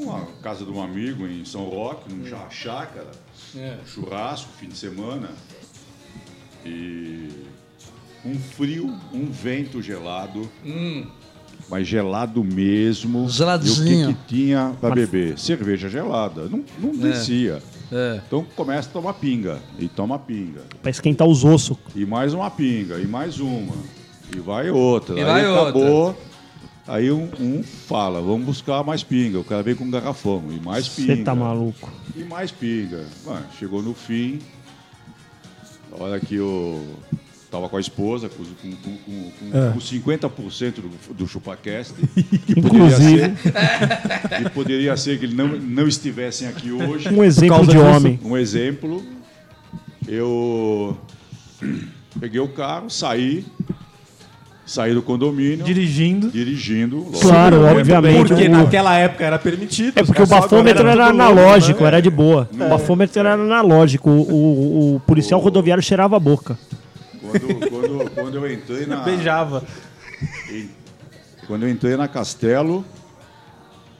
E: uma casa de um amigo em São Roque, num chá- chácara, um churrasco, fim de semana. E um frio, um vento gelado. Mas gelado mesmo. E
H: Geladinho.
E: o que, que tinha para beber? Cerveja gelada. Não, não descia.
H: É.
E: Então começa a tomar pinga. E toma pinga.
B: Pra esquentar os ossos.
E: E mais uma pinga, e mais uma. E vai outra.
H: E
E: aí
H: vai outra.
E: acabou. Aí um, um fala, vamos buscar mais pinga. O cara veio com um garrafão. E mais pinga.
B: Você tá maluco.
E: E mais pinga. Mano, chegou no fim. Na hora que eu tava com a esposa, com, com, com, com, com,
B: É.
A: Ah.
E: com 50% do, do ChupaCast. poderia
B: Inclusive,
E: ser- E poderia ser que eles não, não estivessem aqui hoje.
B: um exemplo
A: causa
B: de
A: disso.
B: homem.
E: Um exemplo, eu peguei o carro, saí, saí do condomínio,
C: Dirigindo.
E: dirigindo. lógico,
B: Claro,
E: né?
B: obviamente.
A: Porque
B: o-
A: naquela época era permitido.
B: É
A: os
B: porque o
A: caras só
B: bafômetro
A: agora
B: era
A: tudo louco,
B: analógico,
A: né?
B: era de boa. O bafômetro era analógico. O, o- o policial rodoviário cheirava a boca.
E: Quando, quando, quando eu entrei na
C: Beijava.
E: quando eu entrei na Castelo,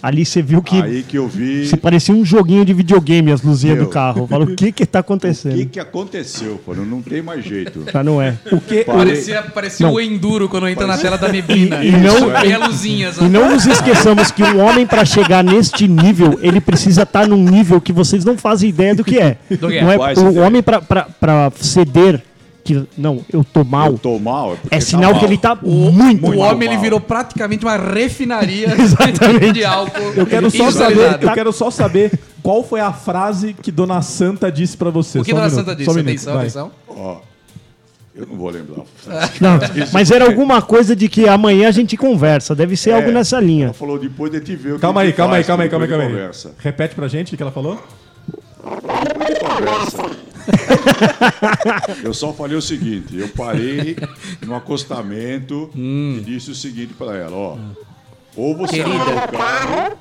B: Ali você viu que
E: aí que eu vi
B: se parecia um joguinho de videogame as luzinhas
E: Meu.
B: do carro. Fala, o que que tá
E: o
B: acontecendo?
E: que, que aconteceu, mano, não tem mais jeito.
B: Tá, não é.
A: O que,
E: Parei-
H: Parecia, parecia o Enduro quando entra na tela da neblina.
B: E- e não- é.
H: Vem a luzinha,
B: E não nos esqueçamos que um homem, pra chegar neste nível, ele precisa estar num nível que vocês não fazem ideia do que é.
H: que é.
B: Não é
E: Quais
B: o
E: ideias?
B: homem, pra- pra pra ceder, que não, eu tô mal,
E: Eu tô mal. porque
B: é
E: tá
B: sinal
E: mal.
B: que ele tá
H: O,
B: muito
H: o
B: mal.
H: homem ele
E: mal.
H: virou praticamente uma refinaria
B: Exatamente.
H: de álcool.
A: Eu quero,
H: é
A: só saber,
H: industrializado.
A: eu quero só saber qual foi a frase que Dona Santa disse pra você.
B: Tá.
H: O que
A: Só um
H: Dona
A: minuto,
H: Santa disse?
A: só um minuto,
H: atenção,
A: vai.
H: atenção.
E: Ó, eu não vou lembrar.
B: Não, mas era alguma coisa de que amanhã a gente conversa, deve
H: É.
B: ser algo nessa linha.
E: Ela falou depois de te ver. o que
A: Calma
E: que
A: aí, calma aí,
E: faz,
A: calma aí, calma
E: depois
A: aí, calma
E: de
A: aí.
E: Conversa.
A: Repete pra gente o que ela falou?
E: Eu só falei o seguinte, eu parei no acostamento e disse o seguinte pra ela, ó. Ou você Querida. o carro,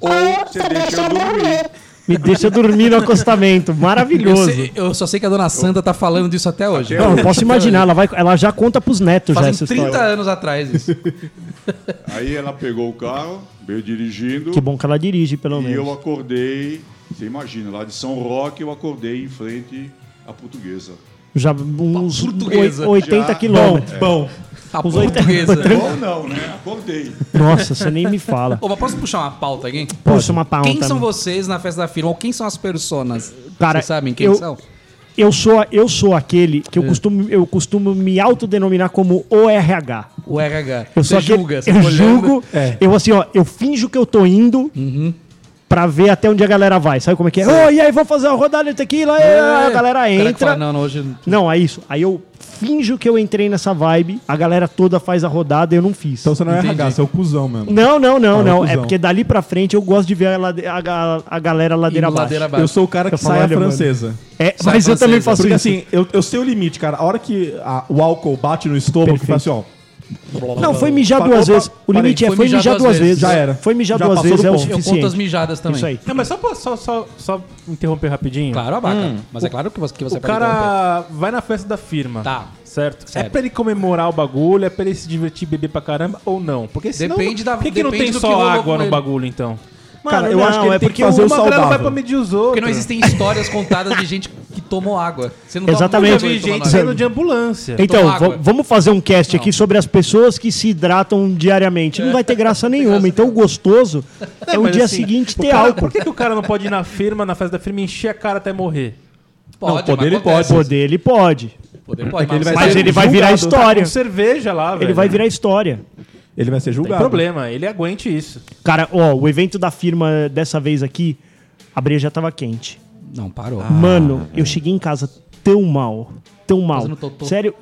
E: ou você deixa eu dormir.
B: Me deixa dormir no acostamento,
H: Eu,
B: maravilhoso.
H: sei- eu só sei que a dona Santa tá falando disso até hoje.
E: Até
B: Não, eu posso imaginar, ela, vai, ela já conta pros netos já é
H: Fazem
B: essa
H: 30
B: história.
H: anos atrás isso.
E: Aí ela pegou o carro, veio dirigindo
B: Que bom que ela dirige, pelo
E: e eu
B: menos.
E: acordei, você imagina, lá de São Roque eu acordei em frente à portuguesa.
B: Já uns
H: Portuguesa,
B: oi- 80
E: já.
B: quilômetros.
A: Bom,
H: A
B: Os É. oitenta-
H: portuguesa.
E: Ou não, né? Acordei.
B: Nossa, você nem me fala.
H: Ô, mas posso puxar uma pauta aqui?
B: Puxa uma pauta.
H: Quem são vocês na festa da firma? Ou quem são as personas?
B: Cara,
H: Vocês sabem quem
B: eu-
H: são?
B: Eu sou, eu sou aquele que eu
A: É.
B: costumo, eu costumo me autodenominar como ORH.
H: O RH.
B: Eu sou aquele,
H: você
B: eu
H: fica olhando. Uhum.
B: julgo,
A: É.
B: eu assim, ó, eu finjo que eu tô indo pra ver até onde a galera vai. Sabe como é que é? Ô, e aí, vamos fazer uma rodada de tequila, e aí a galera
H: É. O cara que
B: entra.
H: fala, não, não, hoje. não."
B: Não, é isso. Aí eu finjo que eu entrei nessa vibe, a galera toda faz a rodada e eu não fiz.
A: então você não é
H: Entendi.
A: RH, você é o cuzão mesmo.
B: Não, não, não,
A: Ah,
B: não. É
A: cuzão.
B: porque dali pra frente eu gosto de ver a, lade- a ga- a galera
H: E
B: ladeira abaixo.
H: ladeira abaixo.
A: Eu sou o cara que
B: Eu falo,
A: sai a
B: olha, mano.
A: francesa.
B: É,
H: Sai
B: mas eu
H: francesa.
B: também faço
A: Porque
B: isso.
A: assim, eu, eu sei o limite, cara. A hora que a- o álcool bate no estômago, faz assim, ó.
B: Não, foi mijar
A: Opa,
B: duas
A: opa,
B: vezes. O
A: parei.
B: limite é
H: Foi
B: foi
H: mijar
B: mijar duas vezes.
A: Já era.
B: Foi mijar
A: Já
B: duas
A: passou
B: vezes
A: do
B: é o
A: ponto.
H: Eu conto as
B: suficiente.
H: mijadas também.
B: Isso aí.
C: Não, mas só, pra- só, só, só interromper rapidinho.
H: Claro, abaca. Mas é claro que você, que você um
C: O cara vai na festa da firma.
H: Tá.
C: Certo?
H: Certo.
C: É pra ele comemorar o bagulho, é pra ele se divertir, beber pra caramba ou não? Porque senão,
H: Depende da-
C: Por que, que não
H: depende
C: tem
H: do
C: só
H: que rolou com
C: água no
H: ele.
C: bagulho, então?
A: Cara, eu acho que ele
C: é
A: tem que
C: porque
A: fazer o
C: uma grana
A: saudável.
C: vai pra medir os outros.
H: Porque não existem histórias contadas de gente que tomou água. Você não toma
B: Exatamente.
H: muita
C: Eu vi
H: coisa tomando
C: gente
H: água.
C: saindo de ambulância.
B: Então,
H: Toma água.
B: va- vamos fazer um cast aqui sobre as pessoas que se hidratam diariamente. Não vai ter graça nenhuma. Então, o gostoso é o
C: Mas,
B: dia
C: assim,
B: seguinte
C: o
B: ter
C: cara-
B: álcool.
C: Por que, que o cara não pode ir na firma, na festa da firma, e encher a cara até morrer?
H: Pode,
A: Não, poder
H: mas
A: ele
H: acontece.
B: Poder, ele pode.
H: Poder pode,
A: ele
H: mas
A: vai
H: você
B: Mas
A: ser
B: ele vai virar
A: julgado,
B: história.
C: Com cerveja lá, velho.
B: Ele vai virar história.
A: Ele vai ser
C: Tem
A: julgado.
C: problema, ele aguente isso.
B: Cara, ó, o evento da firma dessa vez aqui, a breja tava quente.
H: Não, parou.
B: Ah.
A: Ah,
B: Mano, eu cheguei em casa tão mal. Tão mal.
H: Fazendo totô.
B: Sério,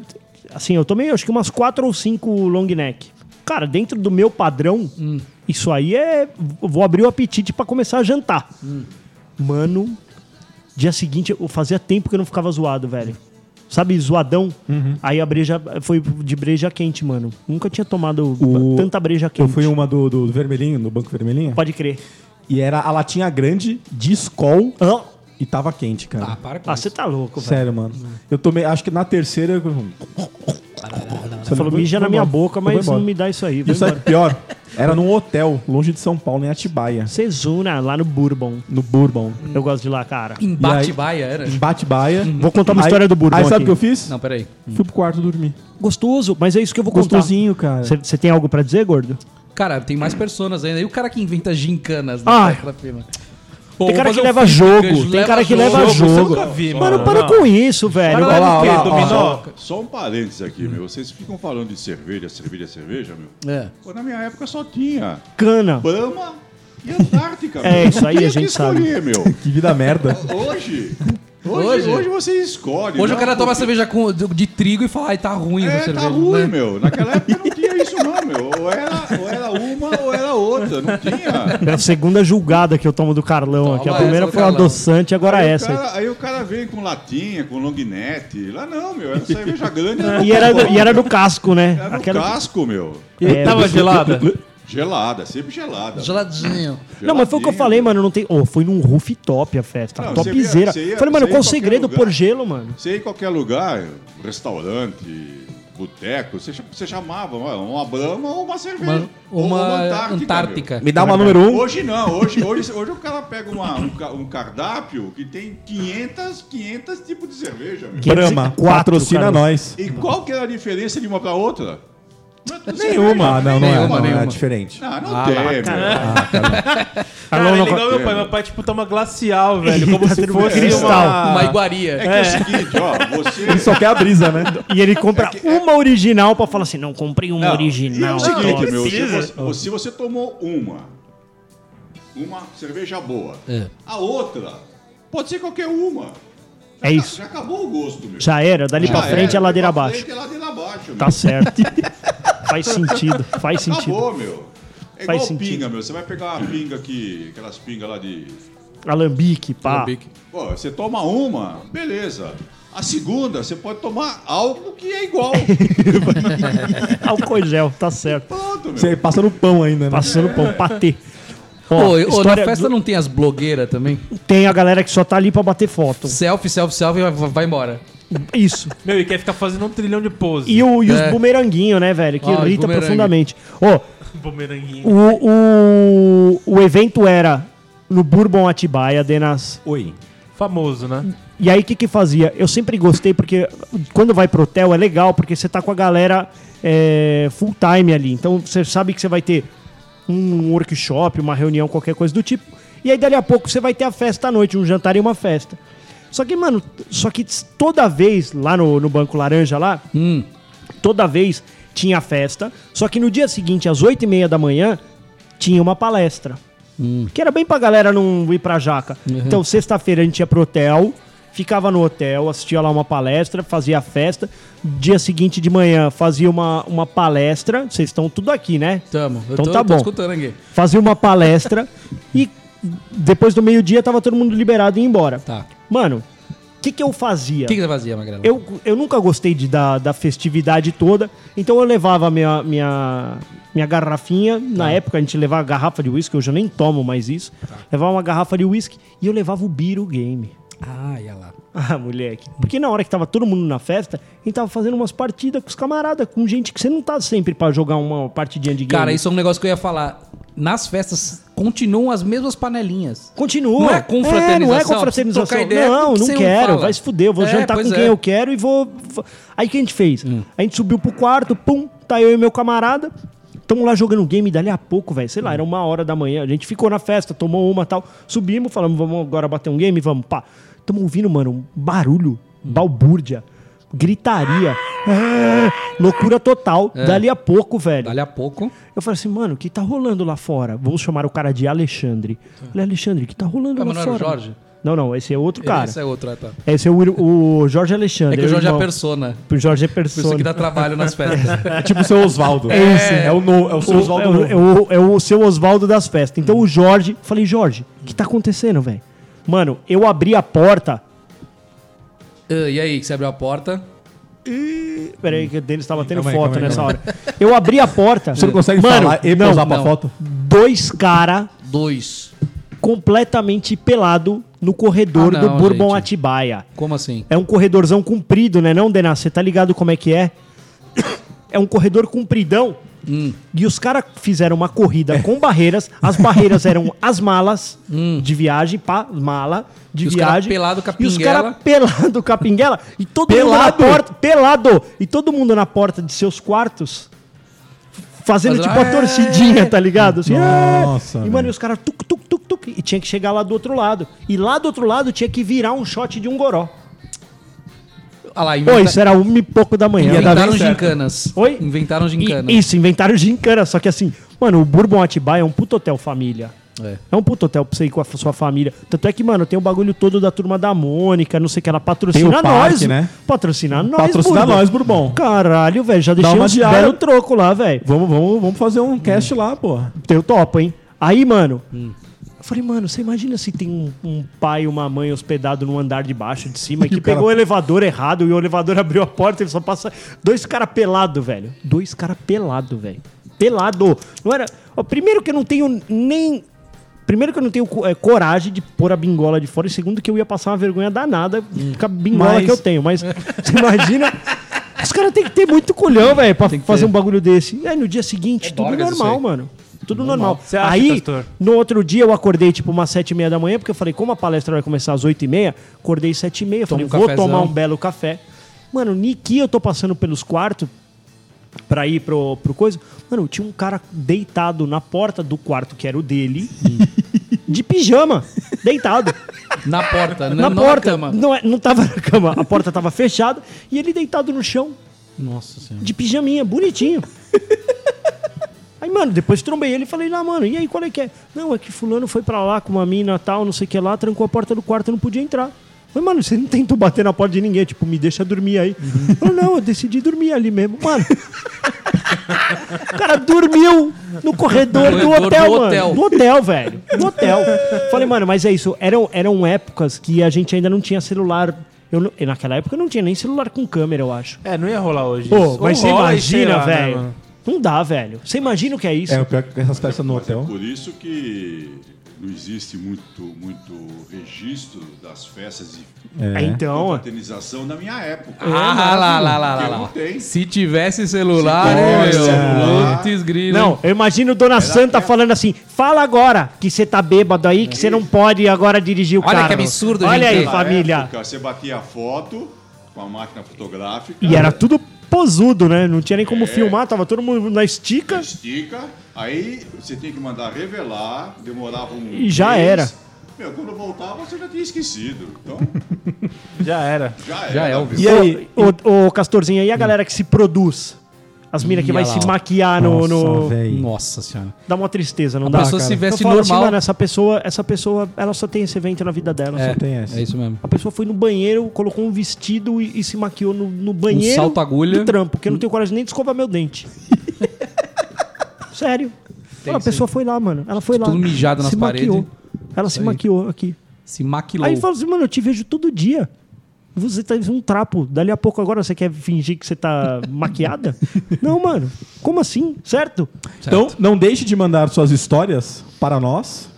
B: assim, eu tomei acho que umas quatro ou cinco long neck. Cara, dentro do meu padrão,
H: Hum.
B: isso aí é. eu Vou abrir o apetite pra começar a jantar.
H: Hum.
B: Mano, dia seguinte, eu fazia tempo que eu não ficava zoado, velho. Sabe, zoadão?
A: Uhum.
B: Aí a breja foi de breja quente, mano. Nunca tinha tomado
A: O-
B: tanta breja quente.
A: Eu fui um uma do, do vermelhinho, no banco vermelhinho.
B: Pode crer.
A: E era a latinha grande de Skol
B: Ah,
A: e tava quente, cara.
H: Ah, para com
B: ah,
H: isso.
B: você tá louco, velho.
A: Sério, mano. Eu tomei, acho que na terceira. Eu... Você
B: Falou, mija na minha boca, mas não me dá isso aí. Vou
A: Isso é
B: embora.
A: pior. Era num hotel, longe de São Paulo, em Atibaia,
B: Cezuna, lá no Bourbon.
A: no Bourbon.
B: Eu gosto de lá, cara.
H: Em Batibaia era?
A: Em Batibaia.
B: Vou contar uma história do Bourbon
A: Aí sabe o
B: aqui.
A: que eu fiz?
H: Não, peraí.
A: Fui pro quarto dormir.
B: Gostoso, mas é isso que eu vou
A: Gostosinho, cara.
B: contar. Você tem algo pra dizer, gordo?
H: Cara, tem mais personas ainda. E o cara que inventa gincanas
B: Ai.
H: festa da firma?
B: Tem cara que leva jogo. Tem cara que leva jogo.
C: Nunca vi,
B: Mano,
C: mano.
B: para com isso, velho.
C: Olha lá,
A: Olha lá, olha lá,
C: dominó.
E: Só um parênteses aqui, meu. Vocês ficam falando de cerveja, cerveja, cerveja, meu.
H: É.
E: Pô, na minha época só tinha
B: Cana.
E: Brahma e Antártica.
B: É,
E: meu.
B: isso aí
E: Não tinha
B: a gente
E: que escolher, meu.
A: Que vida merda.
E: Hoje,
H: Hoje?
E: hoje, hoje você escolhe.
H: Hoje
E: não,
H: o cara toma
E: porque-
H: cerveja com, de, de trigo e fala, ai, tá ruim essa
E: É,
H: cerveja.
E: tá ruim,
H: né?
E: meu. Naquela época não tinha isso, não, meu. Ou era, ou era uma ou era outra. Não tinha.
B: É a segunda julgada que eu tomo do Carlão aqui. A
H: essa
B: primeira
H: do
B: foi o
H: Carlão.
B: adoçante, agora
E: aí,
B: essa.
E: O cara, aí o cara veio com latinha, com longuinete. Lá não, meu. Era cerveja grande.
B: E era, e era do casco, né?
E: Era no
B: Aquela...
E: casco, meu.
B: É,
C: Tava gelada.
E: Gelada, sempre gelada.
H: Geladinho.
B: Não, mas foi o que eu
E: Geladinha,
B: falei,
E: meu.
B: mano. Não tem... Ô, foi num rooftop a festa.
E: Não,
B: topzera.
E: você ia- você ia-
B: Falei, mano,
E: você ia
B: qual o
E: em qualquer
B: segredo?
E: lugar.
B: Por gelo, mano.
E: Você ia em qualquer lugar, restaurante, boteco, você, cha- você chamava ó, uma Brahma ou uma cerveja.
H: Uma,
E: Ou
H: Hum. uma
E: meu.
H: Antártica.
A: Me dá uma número um.
E: Hoje não, hoje, hoje, hoje o cara pega uma- um, ca- um cardápio que tem 500, 500 tipos de cerveja. meu.
A: Brahma,
B: 504,
A: patrocina
B: cara.
A: nós.
E: é E qual que era a diferença de uma pra outra? é
A: Nenhuma, não, não, é,
H: Nenhuma,
A: não é
H: nenhuma.
A: diferente.
E: Ah, não tem, meu.
B: Ah.
C: Cara,
A: Alô,
C: ele
A: não-
C: é igual meu pai. Meu pai, tipo, tá uma glacial, velho. Como se
B: tendo uma
C: fosse
B: cristal.
C: uma...
H: Uma iguaria.
E: É que é o seguinte, ó,
A: Ele
B: é
E: você.
A: só quer a brisa, né?
B: E
E: É
B: ele compra uma original pra falar assim: não, comprei uma
E: E é
B: original.
E: o seguinte,
B: top.
E: meu, se você, se você tomou uma, uma cerveja boa, a outra pode ser qualquer uma.
B: É isso.
E: Já acabou o gosto, meu.
B: Já era, dali pra
E: Já
B: frente é
E: era,
B: ladeira
E: pra
B: abaixo.
E: frente é ladeira abaixo, meu.
B: Tá certo. faz sentido, faz sentido.
E: Acabou, meu. É
B: Faz
E: igual
B: sentido.
E: pinga, meu. Você vai pegar uma pinga que. Aquelas pingas lá de.
B: Alambique, pá.
H: Bic.
E: Pô, você toma uma, beleza. A segunda, você pode tomar algo que é igual.
B: Alcoigel, tá certo.
E: Pronto, meu.
A: Você passa no pão ainda, né?
E: é.
B: Passando pão, patê.
H: Ô,
B: Ó,
H: ô, na
B: história
H: festa
B: do-
H: não tem as blogueiras também?
B: Tem a galera que só tá ali pra bater foto.
H: Selfie, selfie, selfie, vai, vai embora.
B: Isso.
C: Meu, e quer ficar fazendo um trilhão de poses.
B: E, o, e os
H: É.
B: bumeranguinhos, né, velho? Que
H: Ah, os
B: irrita
H: bumerangue.
B: profundamente. Ó,
C: bumeranguinho.
B: o, o, o evento era no Bourbon Atibaia, Denas.
A: Oi.
C: Famoso, né?
B: E aí, o que que fazia? Eu sempre gostei, porque quando vai pro hotel é legal, porque você tá com a galera é, full time ali. Então, você sabe que você vai ter um workshop, uma reunião, qualquer coisa do tipo. E aí, dali a pouco, você vai ter a festa à noite, um jantar e uma festa. Só que, mano, só que toda vez, lá no, no Banco Laranja, lá, toda vez tinha festa. Só que no dia seguinte, às 8 e meia da manhã, tinha uma palestra. Que era bem pra galera não ir pra jaca. Então, sexta-feira a gente ia pro hotel, ficava no hotel, assistia lá uma palestra, fazia a festa. Dia seguinte de manhã fazia uma, uma palestra. Vocês estão tudo aqui, né?
H: Tamo. Eu
B: Então
H: tô,
B: tá
H: tô
B: bom.
H: escutando aqui.
B: Fazia uma palestra e depois do meio-dia tava todo mundo liberado e ia embora.
H: Tá.
B: Mano, o que, que eu fazia?
H: O que, que você fazia, Magrela?
B: Eu, eu nunca gostei de, da, da festividade toda, então eu levava minha, minha, minha garrafinha. Na época a gente levava garrafa de uísque, hoje eu nem tomo mais isso. Levava uma garrafa de uísque e eu levava o Biro Game.
H: Ah, ia lá.
B: Ah, moleque. Porque na hora que tava todo mundo na festa, a gente tava fazendo umas partidas com os camaradas, com gente que você não tá sempre pra jogar uma partidinha de game.
H: Cara, isso é um negócio que eu ia falar. Nas festas continuam as mesmas panelinhas.
B: Continua.
H: Não é confraternização,
B: É, não é
H: precisa
B: confraternização.
H: trocar ideia com
B: não,
H: quem
B: não
H: você não
B: quero.
H: fala.
B: vai se fuder. Eu vou
H: É,
B: jantar
H: pois
B: com quem
H: é. Hum.
B: eu quero e vou. vou- Aí o que a gente fez? A gente subiu pro quarto, pum, tá eu e meu camarada. Tamo lá jogando um game dali a pouco, velho. Sei lá, era uma hora da manhã. A gente ficou na festa, tomou uma tal. Subimos, falamos, vamos agora bater um game, vamos, pá. Tamo ouvindo, mano, um
H: Hum.
B: barulho, balbúrdia, gritaria. É, loucura total.
H: É.
B: Dali a pouco, velho.
H: Dali a pouco.
B: Eu falei assim, mano, o que tá rolando lá fora? Vamos chamar o cara de Alexandre. Eu Falei, Alexandre, o que tá rolando
H: Tá. Ah,
B: lá
H: mas não era o
B: fora?
H: Jorge?
B: Não, não, esse é outro cara.
H: Esse é outro, ah, tá.
B: Esse é o, ir- o Jorge
H: É
B: Alexandre.
H: que o Jorge é a
B: irmão.
H: persona.
B: O Jorge é
H: Por isso
B: persona.
H: que dá trabalho nas festas.
A: É tipo o seu Oswaldo.
B: É isso.
A: É o, no, é o seu
B: O-
A: Oswaldo
B: é, o,
A: novo.
B: é, o, é o seu Oswaldo das festas.
H: Hum.
B: Então o Jorge, falei, Jorge, o que tá acontecendo, velho? Mano, eu abri a porta.
H: Ah, e aí, você abriu a porta.
B: Peraí, que o Denis
H: Hum,
B: tava tendo
A: Calma aí,
B: foto
A: calma aí,
B: nessa
A: calma
B: hora. Eu abri a porta.
A: Você não consegue
B: mano,
A: falar e
B: não,
A: pousar pra
H: não.
A: foto?
B: dois caras
H: Dois.
B: completamente pelado no corredor
H: Ah, não,
B: do Bourbon
H: gente.
B: Atibaia.
H: Como assim?
B: É um corredorzão comprido, né? Não, Denas, você tá ligado como é que é? É um corredor compridão.
H: Hum.
B: E os caras fizeram uma
H: É.
B: corrida com barreiras. As barreiras eram as malas de viagem, pá, mala de
H: Hum. E os cara
B: viagem.
H: pelado com a
B: E os caras
H: pinguela.
B: pelado com a pinguela. E todo mundo na
A: Pelado?
B: porta. Pelado! E todo mundo na porta de seus quartos. Fazendo
H: Fazendo,
B: tipo a
H: "É".
B: torcidinha, tá ligado? Assim,
A: Nossa,
B: "É". E,
A: velho.
B: mano, e os caras tuc, tuc, tuc, tuc. E tinha que chegar lá do outro lado. E lá do outro lado tinha que virar um shot de um goró.
H: Ah lá,
B: Pô,
H: inventa-
B: isso era uma e pouco da manhã.
H: inventaram gincanas.
B: Oi?
H: Inventaram gincanas.
B: E- isso, inventaram gincana. Só que assim, mano, o Bourbon Atibaia é um puto hotel família.
H: É.
B: É um puto hotel pra você ir com a f- sua família. Tanto é que, mano, tem o bagulho todo da turma da Mônica, não sei o que. Ela patrocina
A: Tem o parque,
B: nós.
A: né?
B: Patrocina nós,
A: Patrocina
B: Bourbon.
A: nós, Bourbon.
B: Caralho, velho, já deixei
A: uma
B: uns
A: diária.
B: belo troco lá, velho.
A: Vamos, vamos, vamos fazer um cast lá, porra.
B: Teu topo, hein? Aí, mano,
A: Hum.
B: eu falei, mano, você imagina se tem um, um pai e uma mãe hospedado no andar de baixo, de cima,
A: E
B: e que
A: o cara-
B: pegou o elevador errado e o elevador abriu a porta e só passa. Dois caras pelado, velho. Dois caras pelado, velho. Pelado. Não era. Ó, primeiro que eu não tenho nem. Primeiro que eu não tenho co- eh, coragem de pôr a bingola de fora. E segundo que eu ia passar uma vergonha danada com a bingola
A: Hum. Mas-
B: que eu tenho. Mas você imagina. Os caras têm que ter muito culhão, velho, pra fazer um bagulho desse. E aí no dia seguinte, tudo
H: Dorgas isso
B: normal,
H: aí.
B: mano. Tudo normal.
C: Você acha,
B: aí,
C: pastor?
B: no outro dia, eu acordei tipo umas sete e meia da manhã, porque eu falei, como a palestra vai começar às oito e meia, acordei sete e meia, falei,
H: um
B: vou
H: cafezão.
B: tomar um belo café. Mano, Niki, eu tô passando pelos quartos, pra ir pro, pro coisa. Mano, tinha um cara deitado na porta do quarto, que era o dele, de pijama, deitado.
H: Na porta, né?
B: na
H: não
B: porta.
H: cama.
B: Não, é- não tava na cama, a porta tava fechada e ele deitado no chão,
C: Nossa senhora.
B: de pijaminha, bonitinho. Aí, mano, depois trombei ele e falei, lá, mano, e aí, qual é que é? Não, é que fulano foi pra lá com uma mina tal, não sei o que lá, trancou a porta do quarto e não podia entrar. Falei, mano, você não tentou bater na porta de ninguém, tipo, me deixa dormir aí. Falou, não, eu decidi dormir ali mesmo. Mano, o cara dormiu no corredor do
H: Corredor do
B: hotel, mano.
H: hotel.
B: Do hotel, velho. Do hotel. Falei, mano, mas é isso. Eram, eram épocas que a gente ainda não tinha celular. Eu, não- naquela época eu não tinha nem celular com câmera, eu acho.
C: É, não ia rolar hoje.
B: Pô,
C: isso.
B: mas
C: Ou
B: você
C: rola e sei
B: imagina,
C: lá, né,
B: velho.
C: mano?
B: não dá, velho. Você imagina o que é isso?
A: É, o pior que essas festas no hotel.
E: Por isso que não existe muito, muito registro das festas de
H: né?
B: É, Então,
E: fraternização na minha época.
H: Ah, lá, lá, lá, lá,
E: Porque
H: lá.
E: não tem.
H: Se tivesse celular,
E: Se
H: né,
E: tivesse
H: meu?
E: celular.
H: Putz, grilo.
B: não, eu imagino Dona Santa falando assim: fala agora que você tá bêbado aí, que você não pode agora dirigir o
H: É. Olha
B: carro.
H: que absurdo,
B: Olha
H: gente. É.
B: aí,
H: Na
E: Naquela
B: família.
E: época, você batia a foto com a máquina fotográfica.
B: E era tudo posudo, né? Não tinha nem como filmar, tava todo mundo na estica.
E: Estica, aí você tem que mandar revelar, demorava um.
B: E já
E: mês.
B: era.
E: Meu, quando voltava você já tinha esquecido. Então,
C: Já era.
E: já era. Tá
H: Já é, Elvis.
A: E aí?
B: Ô, ô, Castorzinho, e a galera que se produz? As minas que
H: Ih,
B: vai
H: olha
B: se
H: lá, ó.
B: maquiar no. no-
A: velho.
H: Nossa senhora.
B: Dá uma tristeza, não
H: A
B: dá.
H: pessoa
B: cara.
H: se veste
B: Eu falo assim,
H: normal.
B: mano, essa pessoa, essa pessoa, ela só tem esse evento na vida dela. só
H: É,
B: tem.
A: tem essa.
H: é isso mesmo.
B: A pessoa foi no banheiro, colocou um vestido e, e se maquiou no, no banheiro.
H: salto agulha.
B: Do trampo, porque eu não tenho coragem nem de escovar meu dente. Sério. Mano, a pessoa foi lá, mano. Ela foi lá.
H: Tipo, Tudo mijado nas
B: se
H: paredes.
B: maquiou. Ela se
H: aí.
B: maquiou aqui.
H: Se maquilou.
B: Aí fala assim, mano, eu te vejo todo dia. Você tá um trapo. Dali a pouco agora você quer fingir que você tá maquiada? Não, mano. Como assim? Certo?
A: Então, não deixe de mandar suas histórias para nós.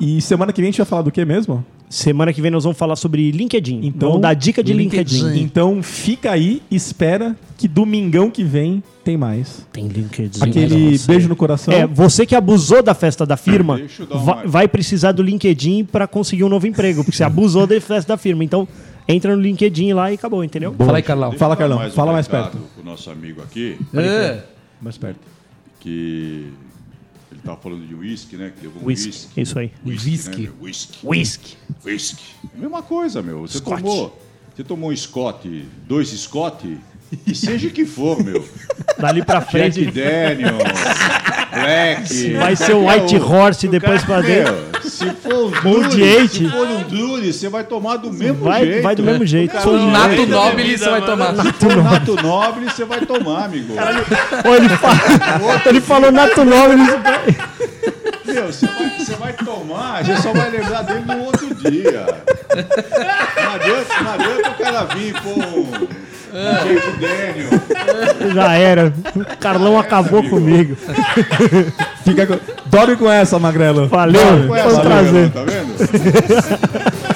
A: E semana que vem a gente vai falar do que mesmo?
B: Semana que vem nós vamos falar sobre LinkedIn. Então,
A: Então,
B: vamos dar dica de LinkedIn.
A: Então fica aí, espera que domingão que vem tem mais.
B: Tem LinkedIn.
A: Aquele beijo no coração.
B: É, você que abusou da festa da firma
E: Deixa eu dar uma-
B: va- vai, precisar do LinkedIn pra conseguir um novo emprego, porque você abusou da festa da firma. Então, entra no LinkedIn lá e acabou, entendeu?
H: Fala aí, Carlão.
A: Fala, Carlão.
E: Mais um
A: Fala mais
E: recado
A: perto.
E: pro nosso amigo aqui,
H: É.
A: Mais perto.
E: que ele tava falando de uísque, né? Que levou um
B: Whisky.
E: uísque.
B: Isso aí.
E: Whisky. né, meu? Whisky.
B: Whisky.
E: Whisky. É a Mesma coisa, meu. Você tomou. Você tomou um Scott, dois Scott, e seja o que for, meu.
B: Dali pra
E: Jack
B: frente
E: Daniel, Black.
B: vai ser o
E: qualquer
B: White
E: outro.
B: Horse depois pra dentro.
E: Meu, se for um
B: Monte de
E: Drury,
B: gente.
E: se for um Drury, você vai tomar do mesmo
B: Vai,
E: é jeito. Um né?
B: vai do mesmo jeito.
H: O
E: Não,
H: Nato
E: não, não.
H: Noble você vai tomar.
E: Se for Nato Nobre, você vai tomar, amigo. um
B: Ô, ele, fa- ele falou nato nome. ele-
E: Meu, você vai, você vai tomar, você só vai lembrar dele no outro dia. Não adianta, não adianta o cara vir com Jack Daniel.
B: Já era. O Carlão acabou comigo.
A: Fica com... Dorme com essa, Magrelo.
B: Valeu. Foi
E: Com
B: um
E: essa,
B: prazer.
E: tá vendo?